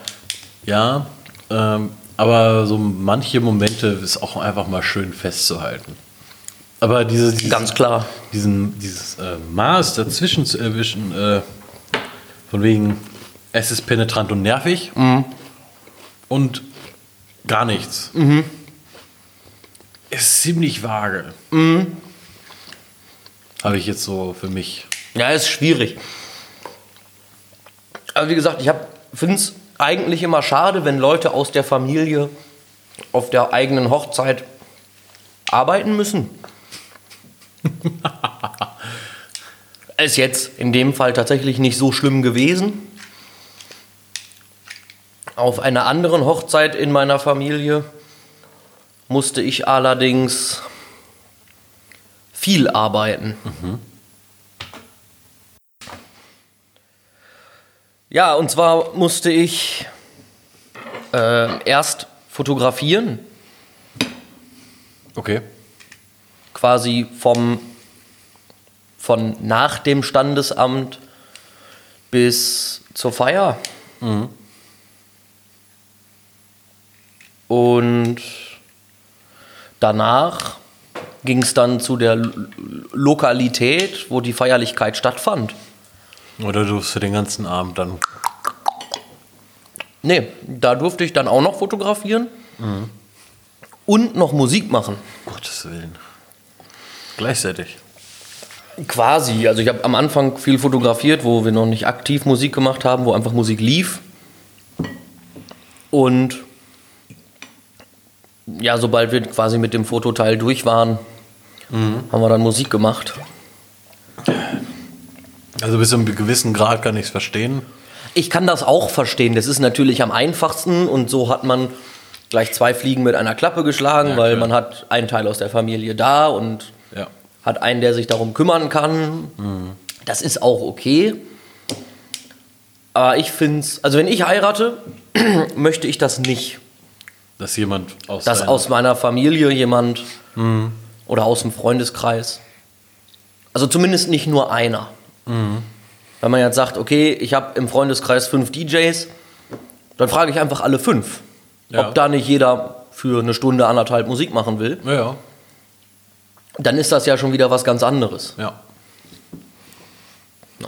Speaker 2: ja. Ähm, aber so manche Momente ist auch einfach mal schön festzuhalten. Aber diese, dieses,
Speaker 1: ganz klar.
Speaker 2: diesen, dieses äh, Maß dazwischen zu erwischen, äh, von wegen, es ist penetrant und nervig
Speaker 1: Mhm.
Speaker 2: und gar nichts,
Speaker 1: Mhm.
Speaker 2: ist ziemlich vage.
Speaker 1: Mhm.
Speaker 2: Habe ich jetzt so für mich.
Speaker 1: Ja, ist schwierig. Aber wie gesagt, ich finde es eigentlich immer schade, wenn Leute aus der Familie auf der eigenen Hochzeit arbeiten müssen. ist jetzt in dem Fall tatsächlich nicht so schlimm gewesen. Auf einer anderen Hochzeit in meiner Familie musste ich allerdings viel arbeiten. Ja, und zwar musste ich äh, erst fotografieren,
Speaker 2: Okay.
Speaker 1: quasi vom von nach dem Standesamt bis zur Feier. Und danach ging es dann zu der Lo- Lokalität, wo die Feierlichkeit stattfand.
Speaker 2: Oder durfst du den ganzen Abend dann. um
Speaker 1: Nee, da durfte ich dann auch noch fotografieren und noch Musik machen.
Speaker 2: Gottes Willen. Gleichzeitig.
Speaker 1: Quasi. Also ich habe am Anfang viel fotografiert, wo wir noch nicht aktiv Musik gemacht haben, wo einfach Musik lief. Und ja, sobald wir quasi mit dem Fototeil durch waren,
Speaker 2: Mhm.
Speaker 1: haben wir dann Musik gemacht.
Speaker 2: Also bis zu einem gewissen Grad kann ich es verstehen.
Speaker 1: Ich kann das auch verstehen. Das ist natürlich am einfachsten und so hat man gleich zwei Fliegen mit einer Klappe geschlagen,
Speaker 2: Ja,
Speaker 1: weil
Speaker 2: klar.
Speaker 1: man hat einen Teil aus der Familie da und
Speaker 2: Ja.
Speaker 1: hat einen, der sich darum kümmern kann. Das ist auch okay. Aber ich finde es, also wenn ich heirate, möchte ich das nicht,
Speaker 2: Dass jemand aus.
Speaker 1: dass
Speaker 2: seiner-
Speaker 1: aus meiner Familie jemand oder aus dem Freundeskreis, also zumindest nicht nur einer. Wenn man jetzt sagt, okay, ich habe im Freundeskreis fünf DJs, dann frage ich einfach alle fünf,
Speaker 2: Ja.
Speaker 1: ob da nicht jeder für eine Stunde, anderthalb Musik machen will.
Speaker 2: Ja, ja.
Speaker 1: Dann ist das ja schon wieder was ganz anderes.
Speaker 2: ja.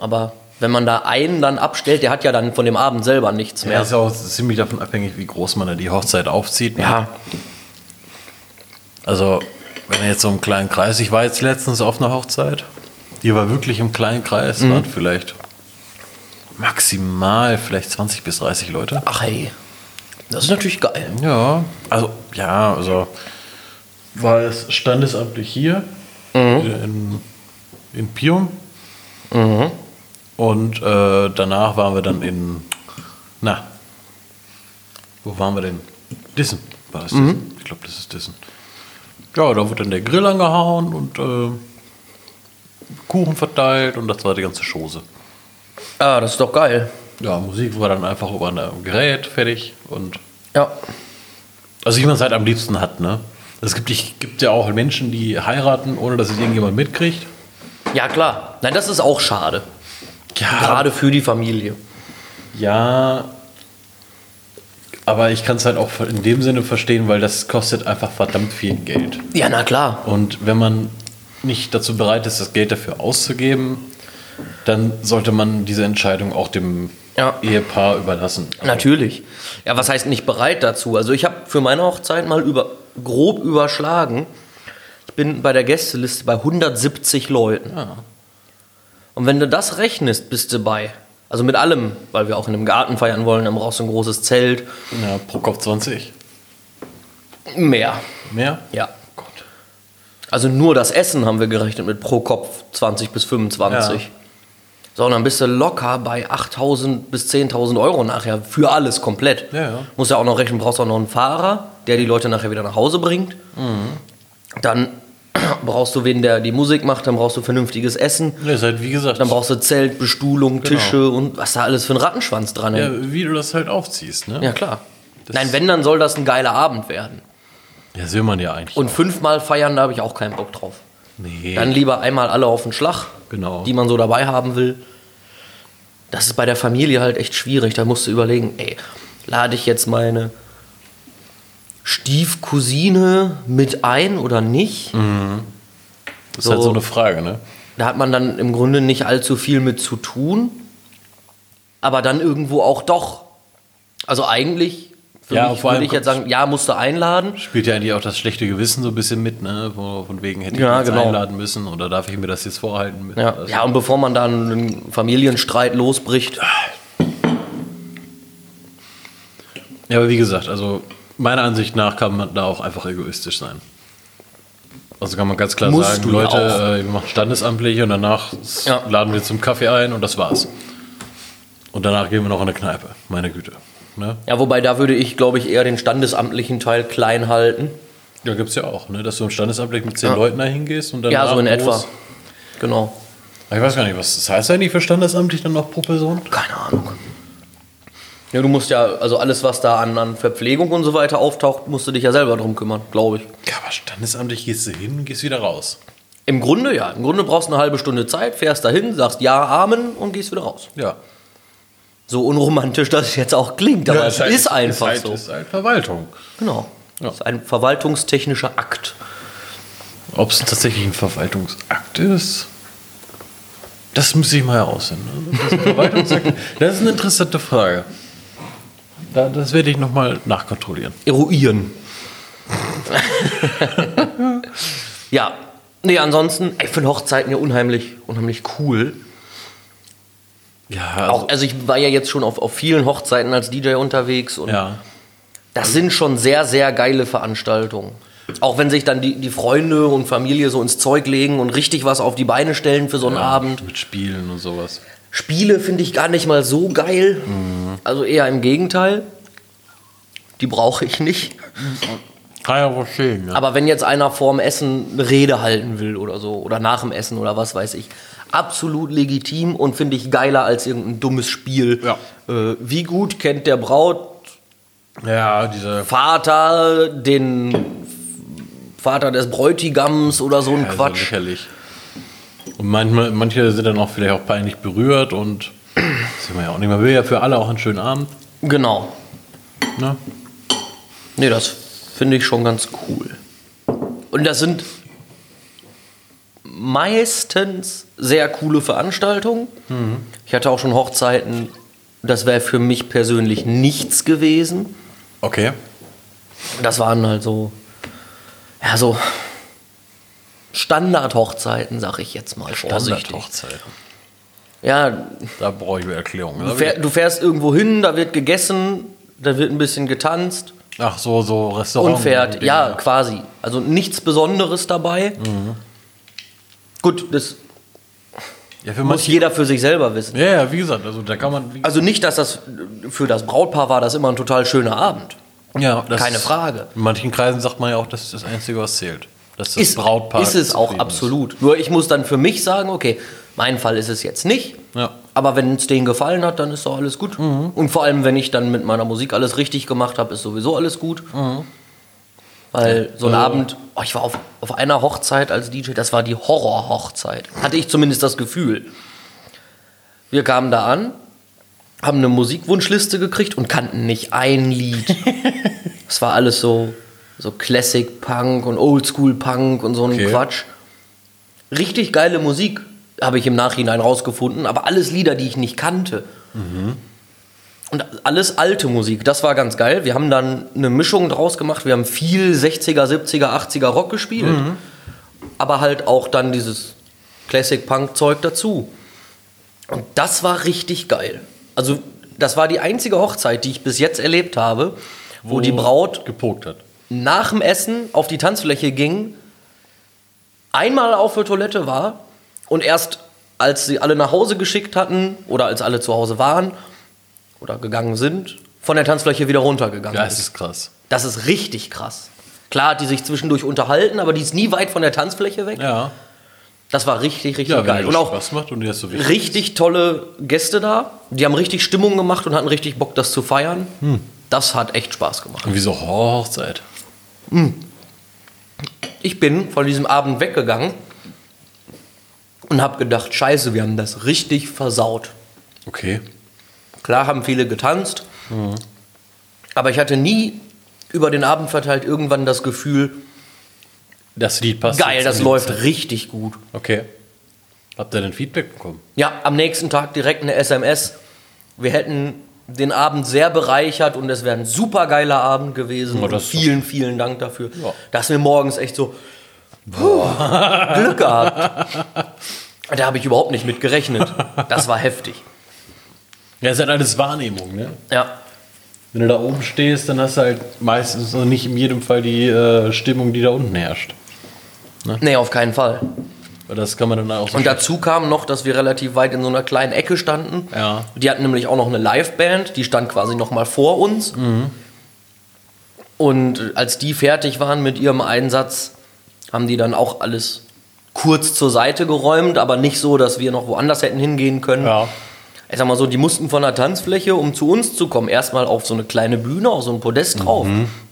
Speaker 1: Aber wenn man da einen dann abstellt, der hat ja dann von dem Abend selber nichts
Speaker 2: Ja,
Speaker 1: mehr.
Speaker 2: ist ja auch ziemlich davon abhängig, wie groß man da die Hochzeit aufzieht. ne? Also, wenn er jetzt so im kleinen Kreis, ich war jetzt letztens auf einer Hochzeit, die war wirklich im kleinen Kreis, waren vielleicht maximal vielleicht 20 bis 30 Leute.
Speaker 1: Ach hey, das ist natürlich geil.
Speaker 2: Ja, also, ja, also war es standesamtlich hier in, in Pium. Und äh, danach waren wir dann in, na, wo waren wir denn? Dissen war es. Dissen? Ich glaube, das ist Dissen. Ja, da wurde dann der Grill angehauen und äh, Kuchen verteilt und das war die ganze Chose.
Speaker 1: Ah, das ist doch geil.
Speaker 2: Ja, Musik war dann einfach über ein äh, Gerät fertig und
Speaker 1: Ja.
Speaker 2: Also wie man es halt am liebsten hat, ne? Es gibt, ich, gibt ja auch Menschen, die heiraten, ohne dass es irgendjemand mitkriegt.
Speaker 1: Ja, klar. Nein, das ist auch schade.
Speaker 2: Ja,
Speaker 1: Gerade für die Familie.
Speaker 2: Ja. Aber ich kann es halt auch in dem Sinne verstehen, weil das kostet einfach verdammt viel Geld.
Speaker 1: Ja, na klar.
Speaker 2: Und wenn man nicht dazu bereit ist, das Geld dafür auszugeben, dann sollte man diese Entscheidung auch dem
Speaker 1: Ja.
Speaker 2: Ehepaar überlassen.
Speaker 1: Natürlich. Ja, was heißt nicht bereit dazu? Also ich habe für meine Hochzeit mal über, grob überschlagen. Ich bin bei der Gästeliste bei 170 Leuten. Und wenn du das rechnest, bist du bei. Also mit allem, weil wir auch in einem Garten feiern wollen, dann brauchst du ein großes Zelt.
Speaker 2: Ja, pro Kopf 20.
Speaker 1: Mehr.
Speaker 2: Mehr? Oh
Speaker 1: Ja.
Speaker 2: Gott.
Speaker 1: Also nur das Essen haben wir gerechnet mit pro Kopf 20 bis 25.
Speaker 2: Ja.
Speaker 1: So, und dann bist du locker bei 8.000 bis 10.000 Euro nachher für alles komplett.
Speaker 2: Ja, ja.
Speaker 1: Musst ja auch noch rechnen, brauchst auch noch einen Fahrer, der die Leute nachher wieder nach Hause bringt. Dann brauchst du wen, der die Musik macht, dann brauchst du vernünftiges Essen.
Speaker 2: Das ist halt, wie gesagt,
Speaker 1: Dann brauchst du Zelt, Bestuhlung, Tische und was da alles für ein Rattenschwanz dran
Speaker 2: ja,
Speaker 1: hängt.
Speaker 2: wie du das halt aufziehst, ne?
Speaker 1: Ja, klar. Nein, wenn, dann soll das ein geiler Abend werden.
Speaker 2: Ja, das will man ja eigentlich.
Speaker 1: Und fünfmal feiern, da habe ich auch keinen Bock drauf.
Speaker 2: Nee.
Speaker 1: Dann lieber einmal alle auf den Schlag,
Speaker 2: Genau.
Speaker 1: die man so dabei haben will. Das ist bei der Familie halt echt schwierig. Da musst du überlegen, ey, lade ich jetzt meine Stiefcousine mit ein oder nicht?
Speaker 2: Mhm. das ist halt so eine Frage, ne?
Speaker 1: Da hat man dann im Grunde nicht allzu viel mit zu tun. Aber dann irgendwo auch doch. Also eigentlich, für
Speaker 2: Ja,
Speaker 1: mich
Speaker 2: vor allem
Speaker 1: würde ich jetzt
Speaker 2: kommt-
Speaker 1: sagen, ja, musst du einladen.
Speaker 2: Spielt ja eigentlich auch das schlechte Gewissen so ein bisschen mit, ne? Wo- Von wegen hätte ich
Speaker 1: Ja,
Speaker 2: ja, jetzt
Speaker 1: genau.
Speaker 2: einladen müssen oder darf ich mir das jetzt vorhalten? müssen?
Speaker 1: Ja.
Speaker 2: Das-
Speaker 1: ja, und bevor man da einen Familienstreit losbricht,
Speaker 2: ja, aber wie gesagt, also meiner Ansicht nach kann man da auch einfach egoistisch sein. Also kann man ganz klar
Speaker 1: Musst
Speaker 2: sagen,
Speaker 1: du ja
Speaker 2: Leute,
Speaker 1: auch.
Speaker 2: äh, wir machen standesamtlich und danach s-
Speaker 1: Ja.
Speaker 2: laden wir zum Kaffee ein und das war's. Und danach gehen wir noch in eine Kneipe. Meine Güte. Ne?
Speaker 1: Ja, wobei da würde ich, glaube ich, eher den standesamtlichen Teil klein halten.
Speaker 2: Ja, gibt es ja auch, ne? dass du im Standesamt mit zehn Leuten da hingehst und dann.
Speaker 1: ja, so in etwa. Genau.
Speaker 2: Ich weiß gar nicht, was das heißt eigentlich für standesamtlich dann noch pro Person?
Speaker 1: Keine Ahnung. Ja, du musst ja, also alles, was da an, an Verpflegung und so weiter auftaucht, musst du dich ja selber drum kümmern, glaube ich.
Speaker 2: Ja, aber standesamtlich gehst du hin und gehst wieder raus.
Speaker 1: Im Grunde ja. Im Grunde brauchst du eine halbe Stunde Zeit, fährst dahin, sagst Ja, Amen und gehst wieder raus.
Speaker 2: Ja.
Speaker 1: So unromantisch das jetzt auch klingt, aber es ist einfach
Speaker 2: halt,
Speaker 1: so.
Speaker 2: Ist halt Verwaltung.
Speaker 1: Genau.
Speaker 2: Ja.
Speaker 1: Das ist ein verwaltungstechnischer Akt.
Speaker 2: Ob es tatsächlich ein Verwaltungsakt ist, das muss ich mal herausfinden. Also, Ob das ein Verwaltungsakt- Das ist eine interessante Frage. Da, das werde ich nochmal nachkontrollieren.
Speaker 1: Eruieren. ja. Nee, ansonsten, ich finde Hochzeiten ja unheimlich, unheimlich cool.
Speaker 2: Ja,
Speaker 1: Auch, also ich war ja jetzt schon auf, auf vielen Hochzeiten als DJ unterwegs und
Speaker 2: ja.
Speaker 1: das sind schon sehr, sehr geile Veranstaltungen. Auch wenn sich dann die, die Freunde und Familie so ins Zeug legen und richtig was auf die Beine stellen für so einen
Speaker 2: ja,
Speaker 1: Abend.
Speaker 2: Mit Spielen und sowas.
Speaker 1: Spiele finde ich gar nicht mal so geil. Also eher im Gegenteil. Die brauche ich nicht.
Speaker 2: Kann ja wohl stehen, ja.
Speaker 1: Aber wenn jetzt einer vorm Essen eine Rede halten will oder so, oder nach dem Essen oder was weiß ich, absolut legitim und finde ich geiler als irgendein dummes Spiel.
Speaker 2: Ja.
Speaker 1: Äh, wie gut kennt der Braut
Speaker 2: Ja, diese.
Speaker 1: Vater den Vater des Bräutigams oder so ein
Speaker 2: Also
Speaker 1: Um Quatsch?
Speaker 2: Sicherlich. Und manchmal, manche sind dann auch vielleicht auch peinlich berührt und das will man ja auch nicht. Man will ja für alle auch einen schönen Abend.
Speaker 1: Genau.
Speaker 2: Ne?
Speaker 1: Nee, das finde ich schon ganz cool. Und das sind meistens sehr coole Veranstaltungen. Ich hatte auch schon Hochzeiten, das wäre für mich persönlich nichts gewesen.
Speaker 2: Okay.
Speaker 1: Das waren halt so, ja, so Standardhochzeiten, sag ich jetzt mal vorsichtig.
Speaker 2: Standardhochzeit.
Speaker 1: Ja,
Speaker 2: Da brauche ich eine Erklärung.
Speaker 1: du fähr- du fährst irgendwo hin, da wird gegessen, da wird ein bisschen getanzt.
Speaker 2: Ach so, so Restaurant.
Speaker 1: Unfährt,
Speaker 2: Dinge.
Speaker 1: ja, quasi. Also nichts Besonderes dabei. Gut, das
Speaker 2: ja für
Speaker 1: muss
Speaker 2: manche,
Speaker 1: jeder für sich selber wissen.
Speaker 2: ja, ja, wie gesagt, also da kann man. Wie,
Speaker 1: Also nicht, dass das für das Brautpaar war, das immer ein total schöner Abend.
Speaker 2: ja, das
Speaker 1: Also, keine
Speaker 2: ist-
Speaker 1: Frage.
Speaker 2: In manchen Kreisen sagt man ja auch, das ist das Einzige, was zählt. Dass das
Speaker 1: Ist,
Speaker 2: Brautpaar.
Speaker 1: ist es auch
Speaker 2: zufrieden
Speaker 1: absolut. Nur ich muss dann für mich sagen, okay, mein Fall ist es jetzt nicht.
Speaker 2: Ja. Mhm.
Speaker 1: Aber wenn es denen gefallen hat, dann ist doch alles gut. Und vor allem, wenn ich dann mit meiner Musik alles richtig gemacht habe, ist sowieso alles gut.
Speaker 2: Mhm.
Speaker 1: Weil so ein
Speaker 2: Also-
Speaker 1: Abend, oh, ich war auf, auf einer Hochzeit als DJ, das war die Horrorhochzeit. Hatte ich zumindest das Gefühl. Wir kamen da an, haben eine Musikwunschliste gekriegt und kannten nicht ein Lied. Es war alles so, so Classic Punk und Oldschool Punk und so ein
Speaker 2: Okay.
Speaker 1: Quatsch. Richtig geile Musik habe ich im Nachhinein rausgefunden, aber alles Lieder, die ich nicht kannte. Und alles alte Musik, das war ganz geil. Wir haben dann eine Mischung draus gemacht. Wir haben viel 60er, 70er, 80er Rock gespielt. Aber halt auch dann dieses Classic Punk Zeug dazu. Und das war richtig geil. Also, das war die einzige Hochzeit, die ich bis jetzt erlebt habe, wo, die Braut
Speaker 2: Gepokt hat.
Speaker 1: nach dem Essen auf die Tanzfläche ging, einmal auf der Toilette war und erst als sie alle nach Hause geschickt hatten oder als alle zu Hause waren oder gegangen sind, von der Tanzfläche wieder runtergegangen
Speaker 2: Ja, es
Speaker 1: ist.
Speaker 2: ist krass.
Speaker 1: Das ist richtig krass. Klar hat die sich zwischendurch unterhalten, aber die ist nie weit von der Tanzfläche weg.
Speaker 2: Ja.
Speaker 1: Das war richtig, richtig
Speaker 2: Ja,
Speaker 1: geil.
Speaker 2: wenn
Speaker 1: Und
Speaker 2: dir das
Speaker 1: auch
Speaker 2: Spaß macht und dir das so wichtig
Speaker 1: richtig tolle Gäste da. Die haben richtig Stimmung gemacht und hatten richtig Bock, das zu feiern.
Speaker 2: Hm.
Speaker 1: Das hat echt Spaß gemacht.
Speaker 2: Und wieso Hochzeit?
Speaker 1: Ich bin von diesem Abend weggegangen und habe gedacht, scheiße, wir haben das richtig versaut.
Speaker 2: Okay.
Speaker 1: Klar haben viele getanzt, aber ich hatte nie über den Abend verteilt irgendwann das Gefühl,
Speaker 2: Das Lied passt.
Speaker 1: geil,
Speaker 2: jetzt
Speaker 1: das
Speaker 2: in die
Speaker 1: läuft
Speaker 2: Zeit.
Speaker 1: richtig gut.
Speaker 2: Okay. Habt ihr denn Feedback bekommen?
Speaker 1: Ja, am nächsten Tag direkt eine SMS. Wir hätten den Abend sehr bereichert und es wäre ein super geiler Abend gewesen.
Speaker 2: Ja,
Speaker 1: Und
Speaker 2: das ist doch-
Speaker 1: vielen, vielen Dank dafür,
Speaker 2: Ja.
Speaker 1: dass wir morgens echt so puh, Glück gehabt. Da habe ich überhaupt nicht mit gerechnet. Das war heftig.
Speaker 2: Ja, es ist halt alles Wahrnehmung, ne?
Speaker 1: Ja,
Speaker 2: Wenn du da oben stehst, dann hast du halt meistens und nicht in jedem Fall die äh, Stimmung, die da unten herrscht.
Speaker 1: nee, auf keinen Fall.
Speaker 2: Weil das kann man dann auch so
Speaker 1: Und
Speaker 2: schlecht-
Speaker 1: dazu kam noch, dass wir relativ weit in so einer kleinen Ecke standen.
Speaker 2: Ja.
Speaker 1: Die hatten nämlich auch noch eine Liveband, die stand quasi nochmal vor uns.
Speaker 2: Mhm.
Speaker 1: Und als die fertig waren mit ihrem Einsatz, haben die dann auch alles kurz zur Seite geräumt, aber nicht so, dass wir noch woanders hätten hingehen können.
Speaker 2: Ja.
Speaker 1: Ich sag mal so, die mussten von der Tanzfläche, um zu uns zu kommen, erstmal auf so eine kleine Bühne, auf so ein
Speaker 2: Mhm.
Speaker 1: Podest drauf.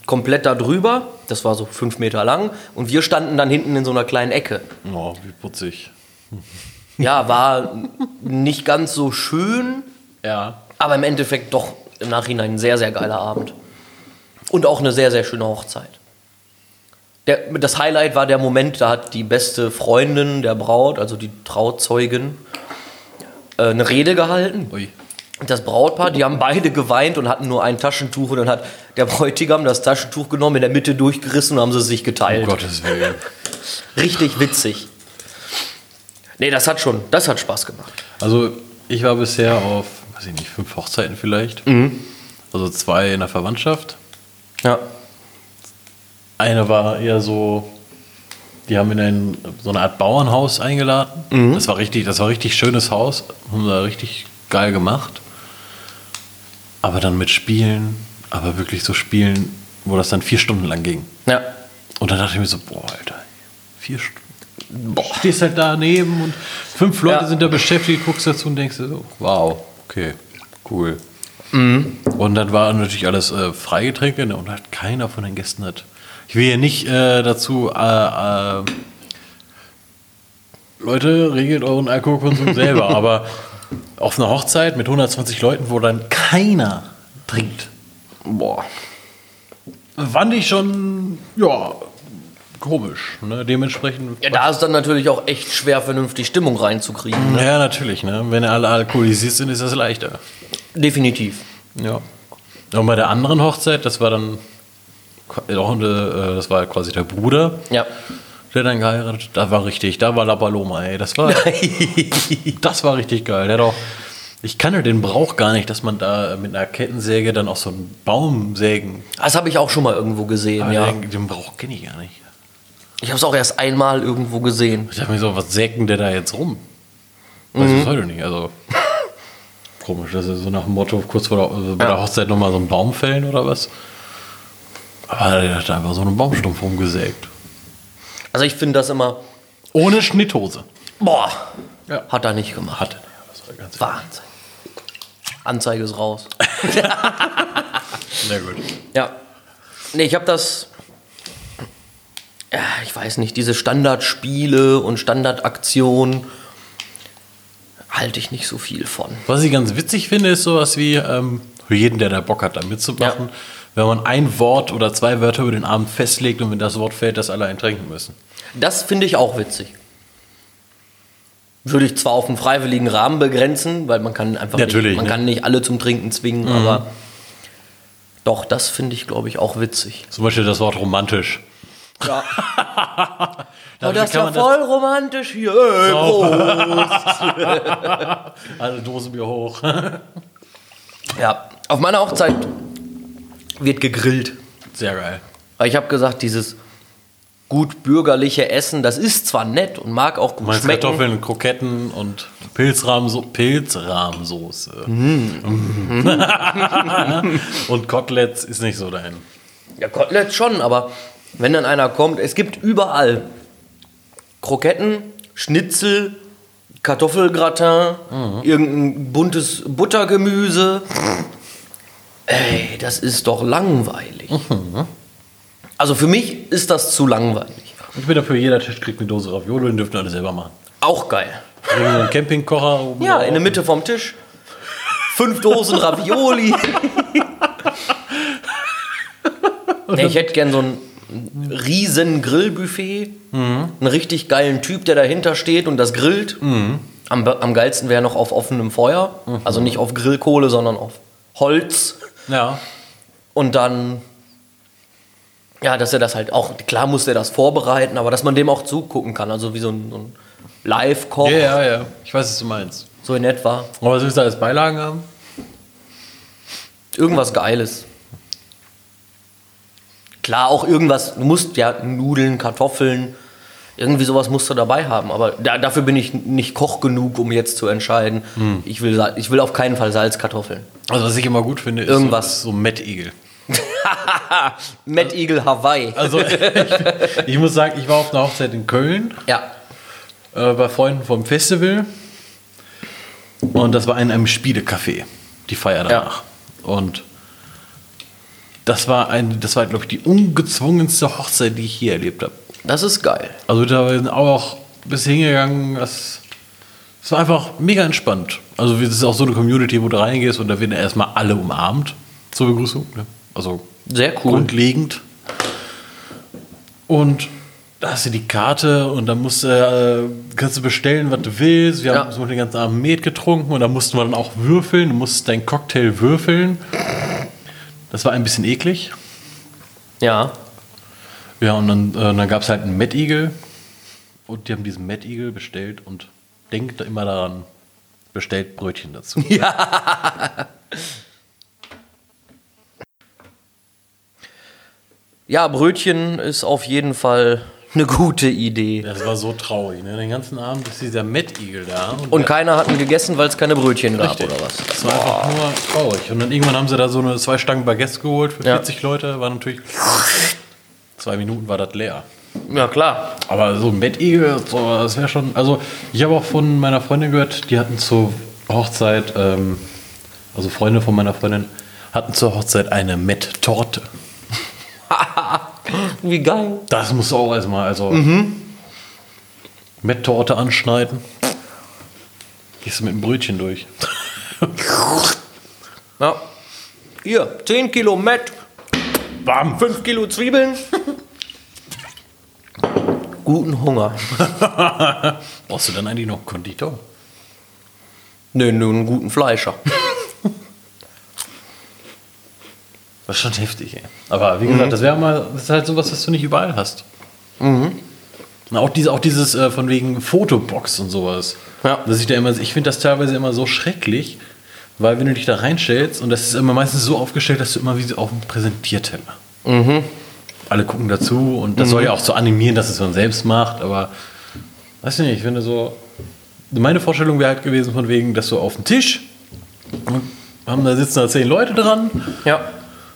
Speaker 1: Komplett da drüber, das war so fünf Meter lang. Und wir standen dann hinten in so einer kleinen Ecke.
Speaker 2: Oh, wie putzig.
Speaker 1: Ja, war nicht ganz so schön,
Speaker 2: Ja.
Speaker 1: aber im Endeffekt doch im Nachhinein ein sehr, sehr geiler Abend. Und auch eine sehr, sehr schöne Hochzeit. Der, das Highlight war der Moment, da hat die beste Freundin der Braut, also die Trauzeugin, äh, eine Rede gehalten.
Speaker 2: Ui. Um
Speaker 1: Das Brautpaar, die haben beide geweint und hatten nur ein Taschentuch und dann hat der Bräutigam das Taschentuch genommen, in der Mitte durchgerissen und haben sie sich
Speaker 2: Um
Speaker 1: geteilt.
Speaker 2: Gottes Willen.
Speaker 1: Richtig witzig. Nee, das hat schon, das hat Spaß gemacht.
Speaker 2: Also ich war bisher auf, weiß ich nicht, fünf Hochzeiten vielleicht.
Speaker 1: Mhm.
Speaker 2: Also zwei in der Verwandtschaft.
Speaker 1: Ja.
Speaker 2: Eine war eher so, die haben in ein, so eine Art Bauernhaus eingeladen. Das war richtig, das war richtig schönes Haus, haben da richtig geil gemacht. Aber dann mit Spielen, aber wirklich so Spielen, wo das dann vier Stunden lang ging.
Speaker 1: Ja.
Speaker 2: Und dann dachte ich mir so, boah, Alter, vier Stunden. Stehst halt daneben und fünf Leute
Speaker 1: Ja.
Speaker 2: sind da beschäftigt, guckst dazu und denkst dir so, wow, okay, cool. Und dann waren natürlich alles äh, Freigetränke ne, und hat keiner von den Gästen hat. Ich will hier nicht äh, dazu, äh, äh, Leute, regelt euren Alkoholkonsum selber, aber auf einer Hochzeit mit 120 Leuten, wo dann keiner trinkt,
Speaker 1: Boah.
Speaker 2: fand ich schon, ja, komisch. Ne? Dementsprechend.
Speaker 1: Ja, da ist dann natürlich auch echt schwer, vernünftig Stimmung reinzukriegen. Ne?
Speaker 2: Ja, natürlich, ne? Wenn alle alkoholisiert sind, ist das leichter.
Speaker 1: Definitiv.
Speaker 2: Ja. Und bei der anderen Hochzeit, das war dann auch eine, äh, das war quasi der Bruder,
Speaker 1: Ja.
Speaker 2: der dann geheiratet hat. Da war richtig, da war La Paloma, ey. Das war, das war richtig geil. Der hat auch, ich kannte den Brauch gar nicht, dass man da mit einer Kettensäge dann auch so einen Baum sägen.
Speaker 1: Das habe ich auch schon mal irgendwo gesehen,
Speaker 2: Aber
Speaker 1: ja.
Speaker 2: Den, den Brauch kenne ich gar nicht.
Speaker 1: Ich habe es auch erst einmal irgendwo gesehen.
Speaker 2: Ich dachte mir so, was sägen der da jetzt rum? Weiß
Speaker 1: Mhm.
Speaker 2: ich heute nicht. Also komisch, dass er so nach dem Motto kurz vor der, also bei
Speaker 1: Ja.
Speaker 2: der Hochzeit nochmal so einen Baum fällen oder was. Aber der hat einfach so einen Baumstumpf rumgesägt.
Speaker 1: Also ich finde das immer,
Speaker 2: Ohne Schnitthose.
Speaker 1: boah,
Speaker 2: Ja.
Speaker 1: hat er nicht gemacht.
Speaker 2: Hatte. Das war ganz
Speaker 1: Wahnsinn. Anzeige ist raus.
Speaker 2: Sehr gut.
Speaker 1: Ja. Nee, ich habe das. Ja, ich weiß nicht, diese Standardspiele und Standardaktionen halte ich nicht so viel von.
Speaker 2: Was ich ganz witzig finde, ist sowas wie, ähm, für jeden, der da Bock hat, da mitzumachen,
Speaker 1: Ja.
Speaker 2: wenn man ein Wort oder zwei Wörter über den Abend festlegt und wenn das Wort fällt, dass alle einen trinken müssen.
Speaker 1: Das finde ich auch witzig. Würde ich zwar auf einen freiwilligen Rahmen begrenzen, weil man kann einfach
Speaker 2: Natürlich,
Speaker 1: nicht, man
Speaker 2: ne? Mhm.
Speaker 1: kann nicht alle zum Trinken zwingen, aber doch, das finde ich, glaube ich, auch witzig.
Speaker 2: Zum Beispiel das Wort romantisch.
Speaker 1: Ja.
Speaker 2: Dadurch
Speaker 1: Oh, das ist
Speaker 2: kann
Speaker 1: ja
Speaker 2: man das-
Speaker 1: voll romantisch hier. Ey, Prost.
Speaker 2: Alle Dosen Bier hoch.
Speaker 1: Ja, auf meiner Hochzeit wird gegrillt.
Speaker 2: Sehr geil.
Speaker 1: Weil ich habe gesagt, dieses gut bürgerliche Essen, das ist zwar nett und mag auch gut
Speaker 2: Meinst
Speaker 1: schmecken.
Speaker 2: Kartoffeln, Kroketten und Pilzrahmso Pilzrahmsoße. Mhm. und Koteletts ist nicht so dein.
Speaker 1: Ja, Kotelett schon, aber wenn dann einer kommt, es gibt überall Kroketten, Schnitzel, Kartoffelgratin, irgendein buntes Buttergemüse. Ey, das ist doch langweilig. Also für mich ist das zu langweilig.
Speaker 2: Ich bin dafür, jeder Tisch kriegt eine Dose Ravioli und dürfen alle selber machen.
Speaker 1: Auch geil.
Speaker 2: Bringen so einen Campingkocher oben
Speaker 1: Ja,
Speaker 2: drauf.
Speaker 1: in der Mitte vom Tisch. Fünf Dosen Ravioli. nee, ich hätte gern so ein riesen Grillbuffet. Einen richtig geilen Typ, der dahinter steht und das grillt.
Speaker 2: Mhm.
Speaker 1: Am, be- am geilsten wäre noch auf offenem Feuer. Also nicht auf Grillkohle, sondern auf Holz.
Speaker 2: Ja.
Speaker 1: Und dann, ja, dass er das halt auch, klar muss er das vorbereiten, aber dass man dem auch zugucken kann. Also wie so ein, so ein Live-Koch,
Speaker 2: ja, ja, ja. Ich weiß, was du meinst.
Speaker 1: so in etwa.
Speaker 2: Aber was willst du als Beilagen haben?
Speaker 1: Irgendwas Geiles. Klar, auch irgendwas, du musst ja Nudeln, Kartoffeln, Irgendwie sowas musst du dabei haben. Aber da, dafür bin ich nicht Koch genug, um jetzt zu entscheiden. Ich, will, Sa- ich will auf keinen Fall Salzkartoffeln.
Speaker 2: Also was ich immer gut finde, ist
Speaker 1: Irgendwas.
Speaker 2: so, so Mettigel.
Speaker 1: Mad Eagle Hawaii.
Speaker 2: Also ich, ich muss sagen, ich war auf einer Hochzeit in Köln
Speaker 1: Ja.
Speaker 2: äh, bei Freunden vom Festival und das war in einem Spielecafé, die Feier danach. Und das war, ein, das war glaube ich, die ungezwungenste Hochzeit, die ich je erlebt habe.
Speaker 1: Das ist geil.
Speaker 2: Also da sind auch bis hingegangen, das, das war einfach mega entspannt. Also es ist auch so eine Community, wo du reingehst und da werden erstmal alle umarmt zur Begrüßung. Ne? Also
Speaker 1: Sehr cool.
Speaker 2: grundlegend. Und da hast du die Karte und dann musst du, äh, kannst du bestellen, was du willst. Wir haben
Speaker 1: Ja.
Speaker 2: so den ganzen Abend Met getrunken und da mussten wir dann auch würfeln. Du musst deinen Cocktail würfeln. Das war ein bisschen eklig.
Speaker 1: Ja.
Speaker 2: Ja, und dann, äh, dann gab es halt einen Mettigel. Und die haben diesen Mettigel bestellt und denkt immer daran, bestellt Brötchen dazu.
Speaker 1: Ja, Brötchen ist auf jeden Fall eine gute Idee.
Speaker 2: Das war so traurig. Ne? Den ganzen Abend ist dieser Mettigel da.
Speaker 1: Und keiner hat ihn gegessen, weil es keine Brötchen gab
Speaker 2: Richtig.
Speaker 1: oder was.
Speaker 2: Das war einfach nur traurig. Und dann irgendwann haben sie da so eine zwei Stangen Baguette geholt für
Speaker 1: Ja.
Speaker 2: 40 Leute. War natürlich. Zwei Minuten war das leer.
Speaker 1: Ja, klar.
Speaker 2: Aber so ein Mettigel, so, das wäre schon. Also, ich habe auch von meiner Freundin gehört, die hatten zur Hochzeit, ähm, also Freunde von meiner Freundin, hatten zur Hochzeit eine Met-Torte.
Speaker 1: Wie geil.
Speaker 2: Das musst du auch erstmal, also. Met-Torte anschneiden. Gehst du mit einem Brötchen durch.
Speaker 1: Ja. Hier, 10 Kilo Met,
Speaker 2: Bam!
Speaker 1: 5 Kilo Zwiebeln. Guten Hunger.
Speaker 2: Brauchst du dann eigentlich noch einen Konditor?
Speaker 1: Nee, nur einen guten Fleischer.
Speaker 2: Das ist schon heftig, ey. Aber wie gesagt, das wäre mal, das ist halt sowas, was du nicht überall hast. Na, auch, diese, auch dieses äh, von wegen Fotobox und sowas.
Speaker 1: Ja.
Speaker 2: Dass ich da immer, ich finde das teilweise immer so schrecklich, weil wenn du dich da reinstellst und das ist immer meistens so aufgestellt, dass du immer wie so auf dem Präsentierteller. Alle gucken dazu und das soll ja auch so animieren, dass es man selbst macht, aber weiß nicht, ich finde so. Meine Vorstellung wäre halt gewesen, von wegen, dass du auf dem Tisch und haben da sitzen da zehn Leute dran
Speaker 1: Ja.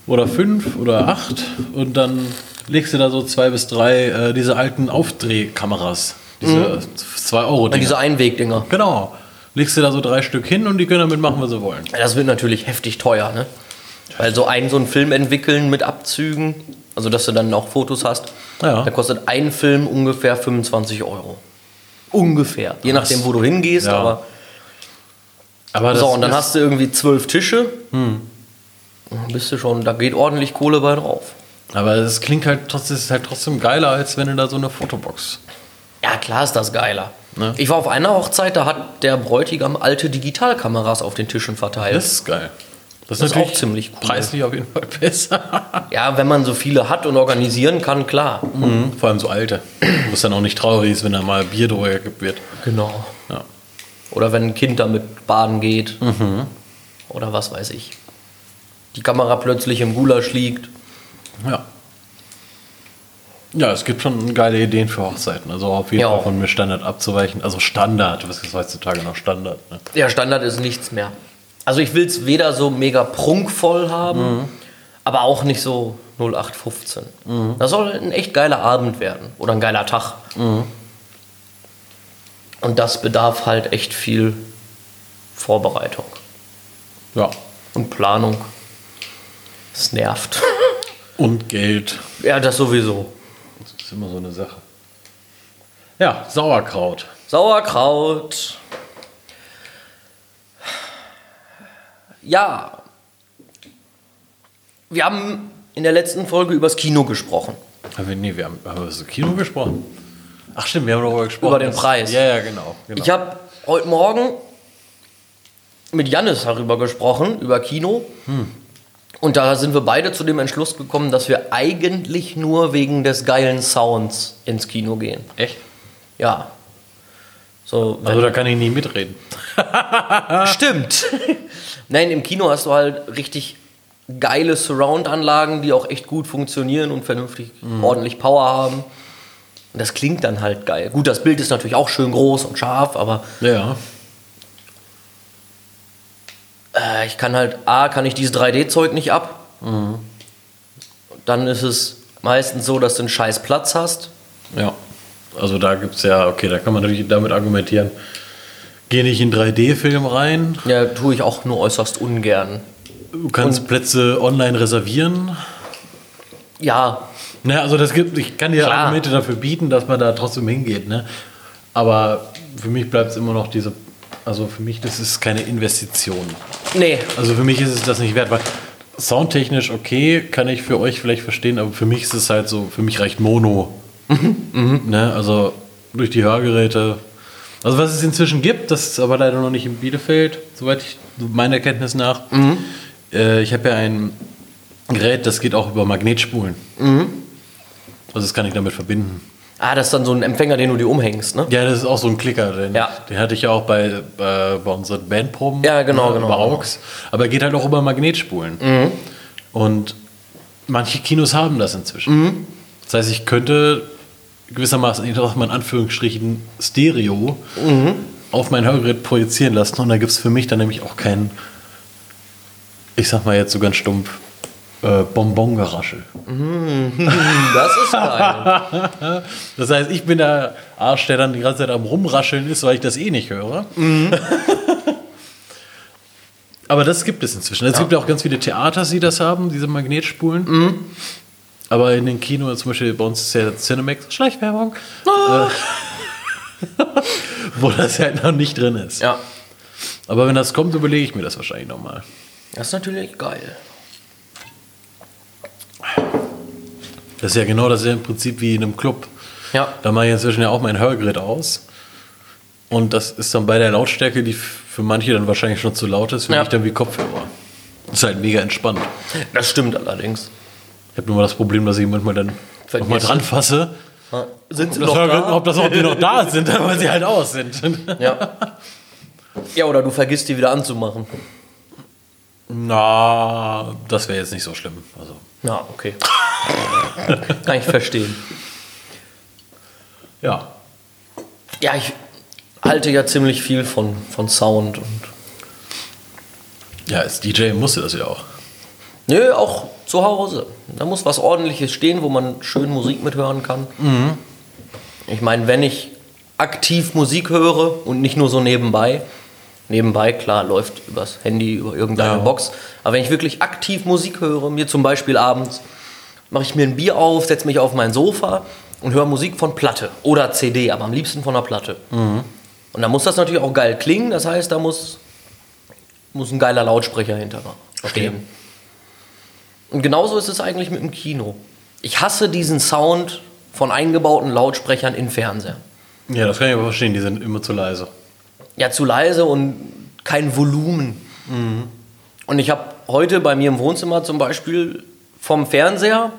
Speaker 2: oder fünf oder acht und dann legst du da so zwei bis drei äh, diese alten Aufdrehkameras, diese zwei euro
Speaker 1: Und
Speaker 2: dinger
Speaker 1: Mhm. diese Einwegdinger.
Speaker 2: Genau. Legst du da so drei Stück hin und die können damit machen, was sie wollen.
Speaker 1: Das wird natürlich heftig teuer, ne? Weil so einen so einen Film entwickeln mit Abzügen, also dass du dann auch Fotos hast,
Speaker 2: Ja.
Speaker 1: da kostet ein Film ungefähr 25 Euro. Ungefähr. Je nachdem, wo du hingehst,
Speaker 2: Ja.
Speaker 1: aber.
Speaker 2: Aber
Speaker 1: So, und dann hast du irgendwie zwölf Tische.
Speaker 2: Hm.
Speaker 1: Dann Bist du schon, da geht ordentlich Kohle bei drauf.
Speaker 2: aber es klingt halt trotzdem, ist halt trotzdem geiler, als wenn du da so eine Fotobox.
Speaker 1: Ja, klar ist das geiler.
Speaker 2: Ne?
Speaker 1: Ich war auf einer Hochzeit, da hat der Bräutigam alte Digitalkameras auf den Tischen verteilt.
Speaker 2: Das ist geil.
Speaker 1: Das ist auch
Speaker 2: natürlich
Speaker 1: ziemlich cool. ne?
Speaker 2: Preislich auf jeden Fall besser.
Speaker 1: Ja, wenn man so viele hat und organisieren kann, klar.
Speaker 2: Mhm. Vor allem so alte, wo es dann auch nicht traurig ist, wenn da mal Bier drüber gekippt wird.
Speaker 1: Genau.
Speaker 2: Ja.
Speaker 1: Oder wenn ein Kind damit baden geht. Oder was weiß ich. Die Kamera plötzlich im Gulasch liegt.
Speaker 2: Ja. Ja, es gibt schon geile Ideen für Hochzeiten. Also auf jeden
Speaker 1: Ja.
Speaker 2: Fall von mir Standard abzuweichen. Also Standard, was ist heutzutage noch Standard? Ne?
Speaker 1: Ja, Standard ist nichts mehr. Also ich will es weder so mega prunkvoll haben, aber auch nicht so 0815. Das soll ein echt geiler Abend werden oder ein geiler Tag. Und das bedarf halt echt viel Vorbereitung
Speaker 2: Ja.
Speaker 1: und Planung. Es nervt.
Speaker 2: Und Geld.
Speaker 1: ja, das sowieso.
Speaker 2: Das ist immer so eine Sache. Ja, Sauerkraut.
Speaker 1: Sauerkraut. Ja. Wir haben in der letzten Folge übers Kino gesprochen.
Speaker 2: Haben wir, nee, wir haben, haben wir über das Kino gesprochen. Ach stimmt, wir haben darüber gesprochen.
Speaker 1: Über den
Speaker 2: dass-
Speaker 1: Preis.
Speaker 2: Ja, ja, genau. genau.
Speaker 1: Ich habe heute Morgen mit Jannis darüber gesprochen, über Kino.
Speaker 2: Hm.
Speaker 1: Und da sind wir beide zu dem Entschluss gekommen, dass wir eigentlich nur wegen des geilen Sounds ins Kino gehen.
Speaker 2: Echt?
Speaker 1: Ja. So, wenn-
Speaker 2: Also da kann ich nie mitreden.
Speaker 1: Stimmt. Nein, im Kino hast du halt richtig geile Surround-Anlagen, die auch echt gut funktionieren und vernünftig ordentlich Power haben. Das klingt dann halt geil. Gut, das Bild ist natürlich auch schön groß und scharf, aber
Speaker 2: Ja.
Speaker 1: äh, ich kann halt, A, kann ich dieses 3D-Zeug nicht ab. Dann ist es meistens so, dass du einen scheiß Platz hast.
Speaker 2: Ja. Also da gibt es ja, okay, da kann man natürlich damit argumentieren. Geh nicht in 3D-Film rein.
Speaker 1: Ja, tue ich auch nur äußerst ungern.
Speaker 2: Du kannst Plätze online reservieren.
Speaker 1: Ja,
Speaker 2: Ne, also das gibt, ich kann dir
Speaker 1: Klar.
Speaker 2: Argumente dafür bieten, dass man da trotzdem hingeht. Ne? Aber für mich bleibt es immer noch diese, also für mich, das ist keine Investition.
Speaker 1: nee,
Speaker 2: Also für mich ist es das nicht wert, weil soundtechnisch okay, kann ich für euch vielleicht verstehen, aber für mich ist es halt so, für mich reicht Mono. ne? Also durch die Hörgeräte. Also was es inzwischen gibt, das ist aber leider noch nicht in Bielefeld, soweit ich meiner Kenntnis nach. Äh, ich habe ja ein Gerät, das geht auch über Magnetspulen. Also das kann ich damit verbinden.
Speaker 1: Ah, das ist dann so ein Empfänger, den du dir umhängst, ne?
Speaker 2: Ja, das ist auch so ein Klicker. Den,
Speaker 1: Ja.
Speaker 2: den hatte ich ja auch bei, äh, bei unseren Bandproben.
Speaker 1: Ja, genau,
Speaker 2: äh,
Speaker 1: genau,
Speaker 2: Über
Speaker 1: genau. Mhm.
Speaker 2: AUX. Aber er geht halt auch über Magnetspulen. Und manche Kinos haben das inzwischen.
Speaker 1: Mhm.
Speaker 2: Das heißt, ich könnte gewissermaßen, ich sag mal in Anführungsstrichen, Stereo
Speaker 1: Mhm.
Speaker 2: auf mein Hörgerät projizieren lassen. Und da gibt es für mich dann nämlich auch kein, ich sag mal jetzt so ganz stumpf, äh, Bonbon-Geraschel.
Speaker 1: Das ist geil.
Speaker 2: Das heißt, ich bin der Arsch, der dann die ganze Zeit am Rumrascheln ist, weil ich das eh nicht höre. Aber das gibt es inzwischen. Es gibt ja auch ganz viele Theaters, die das haben, diese Magnetspulen. Aber in den Kinos, zum Beispiel bei uns ist ja Cinemax, Schleichwerbung, äh, wo das halt noch nicht drin ist.
Speaker 1: ja.
Speaker 2: Aber wenn das kommt, überlege ich mir das wahrscheinlich nochmal.
Speaker 1: Das ist natürlich geil.
Speaker 2: Das ist ja genau das ist ja im Prinzip wie in einem Club.
Speaker 1: Ja.
Speaker 2: Da mache ich inzwischen ja auch mein Hörgerät aus. Und das ist dann bei der Lautstärke, die f- für manche dann wahrscheinlich schon zu laut ist, wenn
Speaker 1: Ja.
Speaker 2: ich dann wie Kopfhörer. Ist halt mega entspannt.
Speaker 1: Das stimmt allerdings.
Speaker 2: Ich habe nur mal das Problem, dass ich manchmal dann
Speaker 1: Vergessen.
Speaker 2: nochmal dran fasse.
Speaker 1: Sind sie
Speaker 2: Das
Speaker 1: noch
Speaker 2: Hörgerät,
Speaker 1: da?
Speaker 2: ob das ob die noch da sind, weil sie halt aus sind.
Speaker 1: Ja. ja, oder du vergisst die wieder anzumachen.
Speaker 2: Na, das wäre jetzt nicht so schlimm. Also,
Speaker 1: Ja, okay. Kann ich verstehen.
Speaker 2: ja.
Speaker 1: Ja, ich halte ja ziemlich viel von, von Sound und.
Speaker 2: Ja, als DJ musste das ja auch.
Speaker 1: Nö, auch zu Hause. Da muss was ordentliches stehen, wo man schön Musik mithören kann. Ich meine, wenn ich aktiv Musik höre und nicht nur so nebenbei, nebenbei, klar, läuft übers Handy, über irgendeine
Speaker 2: Ja.
Speaker 1: Box, aber wenn ich wirklich aktiv Musik höre, mir zum Beispiel abends, mache ich mir ein Bier auf, setze mich auf mein Sofa und höre Musik von Platte oder CD, aber am liebsten von der Platte. Und da muss das natürlich auch geil klingen, das heißt, da muss, muss ein geiler Lautsprecher hinter stehen. Und genauso ist es eigentlich mit dem Kino. Ich hasse diesen Sound von eingebauten Lautsprechern in Fernseher.
Speaker 2: Ja, das kann ich aber verstehen, die sind immer zu leise.
Speaker 1: Ja, zu leise und kein Volumen. Und ich habe heute bei mir im Wohnzimmer zum Beispiel vom Fernseher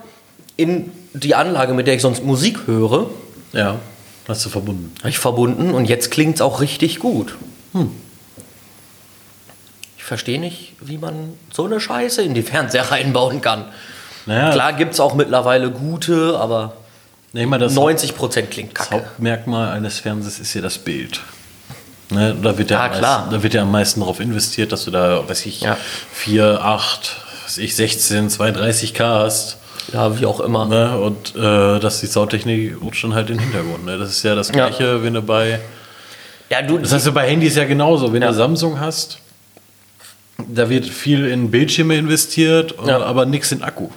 Speaker 1: in die Anlage, mit der ich sonst Musik höre,
Speaker 2: Ja, hast du verbunden.
Speaker 1: hab ich verbunden und jetzt klingt es auch richtig gut. Hm. Ich verstehe nicht, wie man so eine Scheiße in die Fernseher reinbauen kann.
Speaker 2: Naja,
Speaker 1: Klar gibt es auch mittlerweile gute, aber
Speaker 2: nee, ich meine, das
Speaker 1: 90% klingt
Speaker 2: Das
Speaker 1: kacke.
Speaker 2: Hauptmerkmal eines Fernsehers ist ja das Bild. Ne, da, wird ja
Speaker 1: Ah,
Speaker 2: am meisten,
Speaker 1: klar.
Speaker 2: da wird ja am meisten darauf investiert, dass du da, weiß ich,
Speaker 1: Ja.
Speaker 2: 4, 8, weiß ich, 16, 32 K hast.
Speaker 1: Ja, wie auch immer.
Speaker 2: Ne? Und äh, dass die Soundtechnik rutscht dann halt in den Hintergrund. Ne? Das ist ja das
Speaker 1: Ja.
Speaker 2: Gleiche, wenn du bei.
Speaker 1: Ja, du,
Speaker 2: Das hast du bei Handys ja genauso. Wenn du Samsung hast, da wird viel in Bildschirme investiert, und,
Speaker 1: Ja.
Speaker 2: aber nichts in Akku.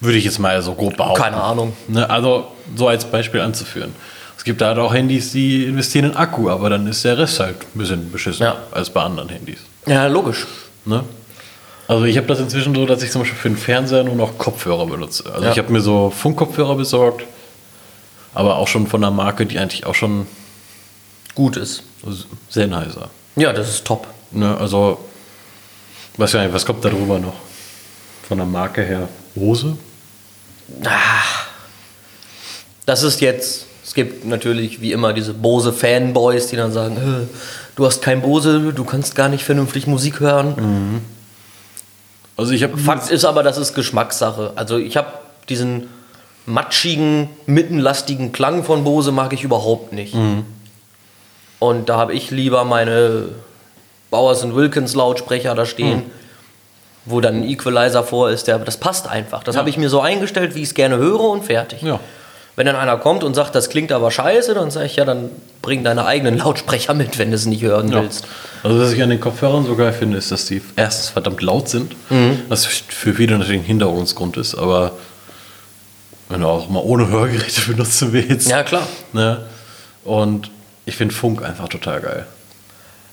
Speaker 2: Würde ich jetzt mal so grob behaupten.
Speaker 1: keine Ahnung.
Speaker 2: Ne, also so als Beispiel anzuführen. Es gibt halt auch Handys, die investieren in Akku, aber dann ist der Rest halt ein bisschen beschissen
Speaker 1: Ja.
Speaker 2: als bei anderen Handys.
Speaker 1: Ja, logisch.
Speaker 2: Ne? Also ich habe das inzwischen so, dass ich zum Beispiel für den Fernseher nur noch Kopfhörer benutze. Also
Speaker 1: Ja.
Speaker 2: ich habe mir so Funkkopfhörer besorgt, aber auch schon von einer Marke, die eigentlich auch schon
Speaker 1: Gut ist.
Speaker 2: Sennheiser.
Speaker 1: Ja, das ist top.
Speaker 2: Ne? Also weiß gar nicht, was kommt da drüber noch? Von der Marke her. Hose?
Speaker 1: Ah. Das ist jetzt, es gibt natürlich wie immer diese Bose Fanboys, die dann sagen, "Äh, du hast kein Bose, du kannst gar nicht vernünftig Musik hören.
Speaker 2: Also ich habe
Speaker 1: Fakt ist aber, das ist Geschmackssache. Also ich habe diesen matschigen, mittenlastigen Klang von Bose mag ich überhaupt nicht.
Speaker 2: Mhm.
Speaker 1: Und da habe ich lieber meine Bowers Wilkins Lautsprecher da stehen,
Speaker 2: Mhm.
Speaker 1: wo dann ein Equalizer vor ist. Der, das passt einfach. Das habe ich mir so eingestellt, wie ich es gerne höre und fertig.
Speaker 2: Ja.
Speaker 1: Wenn dann einer kommt und sagt, das klingt aber scheiße, dann sage ich, ja, dann bring deine eigenen Lautsprecher mit, wenn du es nicht hören
Speaker 2: Ja.
Speaker 1: willst.
Speaker 2: Also was ich an den Kopfhörern so geil finde, ist, dass die erstens verdammt laut sind,
Speaker 1: Mhm.
Speaker 2: was für viele natürlich ein Hinderungsgrund ist, aber wenn du auch mal ohne Hörgeräte benutzen willst.
Speaker 1: Ja, klar.
Speaker 2: Ne? Und ich finde Funk einfach total geil.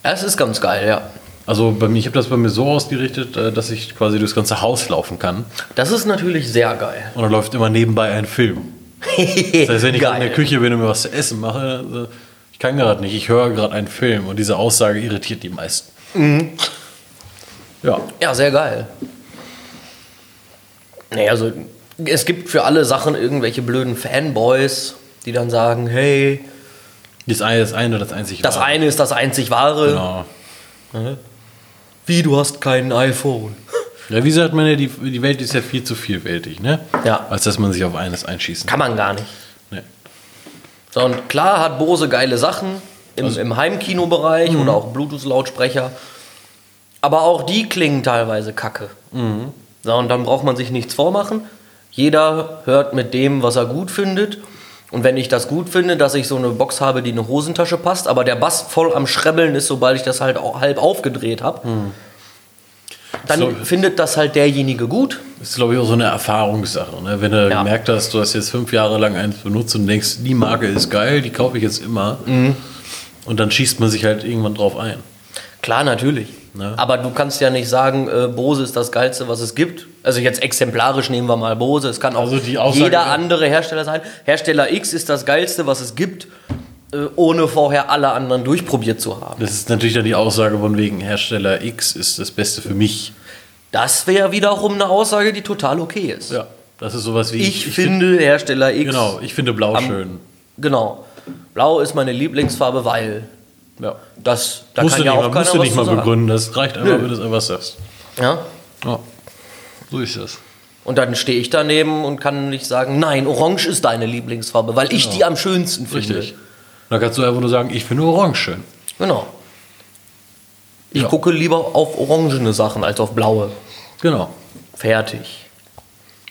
Speaker 1: Das ist ganz geil, ja.
Speaker 2: Also bei mir, ich habe das bei mir so ausgerichtet, äh, dass ich quasi durchs ganze Haus laufen kann
Speaker 1: Das ist natürlich sehr geil.
Speaker 2: und dann läuft immer nebenbei ein Film. Das heißt, wenn ich in der
Speaker 1: geil.
Speaker 2: Küche bin und mir was zu essen mache, äh, ich kann gerade nicht, ich höre gerade einen Film und diese Aussage irritiert die meisten.
Speaker 1: Mhm.
Speaker 2: Ja.
Speaker 1: Ja, sehr geil. Naja, also es gibt für alle Sachen irgendwelche blöden Fanboys, die dann sagen, hey,
Speaker 2: Das eine, das eine, das einzige.
Speaker 1: das
Speaker 2: Wahre.
Speaker 1: eine ist das einzig wahre.
Speaker 2: Genau.
Speaker 1: Wie, du hast kein iPhone.
Speaker 2: Ja, wie sagt man ja, die, die Welt ist ja viel zu vielfältig, ne?
Speaker 1: Ja.
Speaker 2: Als dass man sich auf eines einschießen Ne. kann.
Speaker 1: Kann man gar nicht.
Speaker 2: Nee.
Speaker 1: So, und klar hat Bose geile Sachen im, im Heimkinobereich oder auch Bluetooth-Lautsprecher. Aber auch die klingen teilweise kacke. So, und dann braucht man sich nichts vormachen. Jeder hört mit dem, was er gut findet. Und wenn ich das gut finde, dass ich so eine Box habe, die in eine Hosentasche passt, aber der Bass voll am Schrebbeln ist, sobald ich das halt auch halb aufgedreht habe, dann
Speaker 2: So.
Speaker 1: findet das halt derjenige gut.
Speaker 2: Das ist, glaube ich, auch so eine Erfahrungssache. Ne? Wenn du
Speaker 1: Ja.
Speaker 2: gemerkt hast, du hast jetzt fünf Jahre lang eins benutzt und denkst, die Marke ist geil, die kaufe ich jetzt immer.
Speaker 1: Mhm.
Speaker 2: Und dann schießt man sich halt irgendwann drauf ein.
Speaker 1: Klar, natürlich.
Speaker 2: Ne?
Speaker 1: Aber du kannst ja nicht sagen, äh, Bose ist das Geilste, was es gibt. Also jetzt exemplarisch nehmen wir mal Bose. Es kann auch
Speaker 2: Also die Aussage-
Speaker 1: jeder andere Hersteller sein. Hersteller X ist das Geilste, was es gibt, äh, ohne vorher alle anderen durchprobiert zu haben.
Speaker 2: Das ist natürlich dann die Aussage von wegen Hersteller X ist das Beste für mich.
Speaker 1: Das wäre wiederum eine Aussage, die total okay ist.
Speaker 2: Ja. Das ist sowas wie.
Speaker 1: Ich, finde Hersteller X.
Speaker 2: Genau, ich finde Blau schön.
Speaker 1: Genau. Blau ist meine Lieblingsfarbe, weil
Speaker 2: Ja.
Speaker 1: das da
Speaker 2: Musst
Speaker 1: kann
Speaker 2: du nicht,
Speaker 1: ja
Speaker 2: mal,
Speaker 1: auch
Speaker 2: musst
Speaker 1: keiner
Speaker 2: du
Speaker 1: was
Speaker 2: nicht
Speaker 1: zu
Speaker 2: mal
Speaker 1: sagen.
Speaker 2: begründen, das reicht einfach,
Speaker 1: Nö.
Speaker 2: wenn du es einfach sagst.
Speaker 1: Ja?
Speaker 2: Ja. So ist das.
Speaker 1: Und dann stehe ich daneben und kann nicht sagen, nein, Orange ist deine Lieblingsfarbe, weil ich die am schönsten finde.
Speaker 2: Genau. Richtig. Da kannst du einfach nur sagen, ich finde Orange schön.
Speaker 1: Genau. Ich
Speaker 2: Ja.
Speaker 1: gucke lieber auf orangene Sachen als auf blaue.
Speaker 2: Genau.
Speaker 1: Fertig.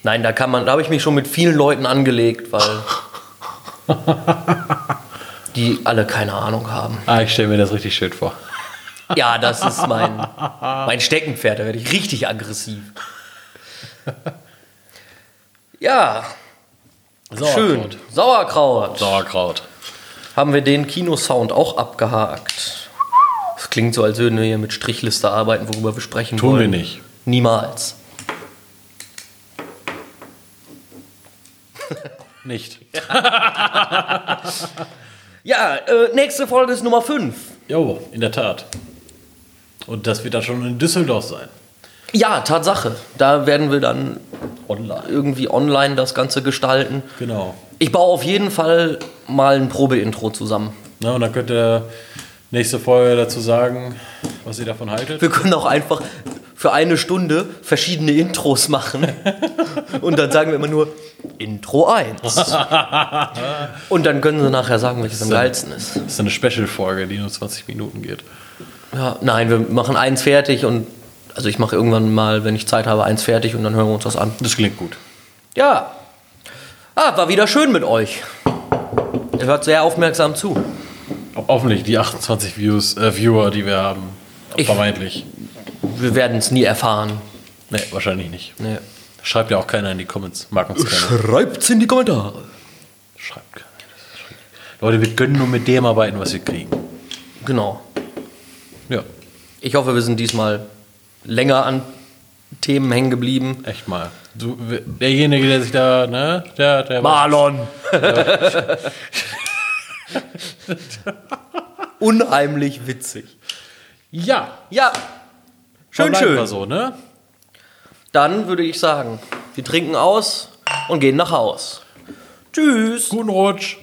Speaker 1: Nein, da kann man, da habe ich mich schon mit vielen Leuten angelegt, weil die alle keine Ahnung haben.
Speaker 2: Ah, ich stelle mir das richtig schön vor.
Speaker 1: Ja, das ist mein, mein Steckenpferd, da werde ich richtig aggressiv. Ja, schön. Sauerkraut.
Speaker 2: Sauerkraut.
Speaker 1: haben wir den Kinosound auch abgehakt. Das klingt so, als würden wir hier mit Strichliste arbeiten, worüber wir sprechen
Speaker 2: Tun wir
Speaker 1: wollen.
Speaker 2: nicht.
Speaker 1: Niemals.
Speaker 2: Nicht.
Speaker 1: Ja, äh, nächste Folge ist Nummer 5.
Speaker 2: Jo, in der Tat. Und das wird dann schon in Düsseldorf sein.
Speaker 1: Ja, Tatsache. Da werden wir dann
Speaker 2: Online.
Speaker 1: irgendwie online das Ganze gestalten.
Speaker 2: Genau.
Speaker 1: Ich baue auf jeden Fall mal ein Probeintro zusammen.
Speaker 2: Na, und dann könnt ihr nächste Folge dazu sagen, was ihr davon haltet.
Speaker 1: Wir können auch einfach für eine Stunde verschiedene Intros machen. Und dann sagen wir immer nur Intro 1. Und dann können sie nachher sagen, welches am
Speaker 2: So.
Speaker 1: geilsten ist.
Speaker 2: Das ist eine Special-Folge, die nur 20 Minuten geht.
Speaker 1: Ja, nein, wir machen eins fertig und also ich mache irgendwann mal, wenn ich Zeit habe, eins fertig und dann hören wir uns das an.
Speaker 2: Das klingt gut.
Speaker 1: Ja. Ah, war wieder schön mit euch. Ihr hört sehr aufmerksam zu.
Speaker 2: Hoffentlich die 28 Views, äh, Viewer, die wir haben.
Speaker 1: Ich-
Speaker 2: Vermeintlich.
Speaker 1: Wir werden es nie erfahren.
Speaker 2: Nee, wahrscheinlich nicht.
Speaker 1: Nee.
Speaker 2: Schreibt ja auch keiner in die Comments. Mag uns keiner.
Speaker 1: Schreibt's in die Kommentare.
Speaker 2: Schreibt keiner. Leute, wir können nur mit dem arbeiten, was wir kriegen.
Speaker 1: Genau.
Speaker 2: Ja,
Speaker 1: Ich hoffe, wir sind diesmal länger an Themen hängen geblieben.
Speaker 2: echt mal. Du, w- derjenige, der sich da, ne, der, der
Speaker 1: Marlon! Unheimlich witzig.
Speaker 2: Ja,
Speaker 1: Ja. Schön,
Speaker 2: verbleiben wir
Speaker 1: schön.
Speaker 2: so, ne?
Speaker 1: Dann würde ich sagen, wir trinken aus und gehen nach Haus. Tschüss.
Speaker 2: Guten Rutsch.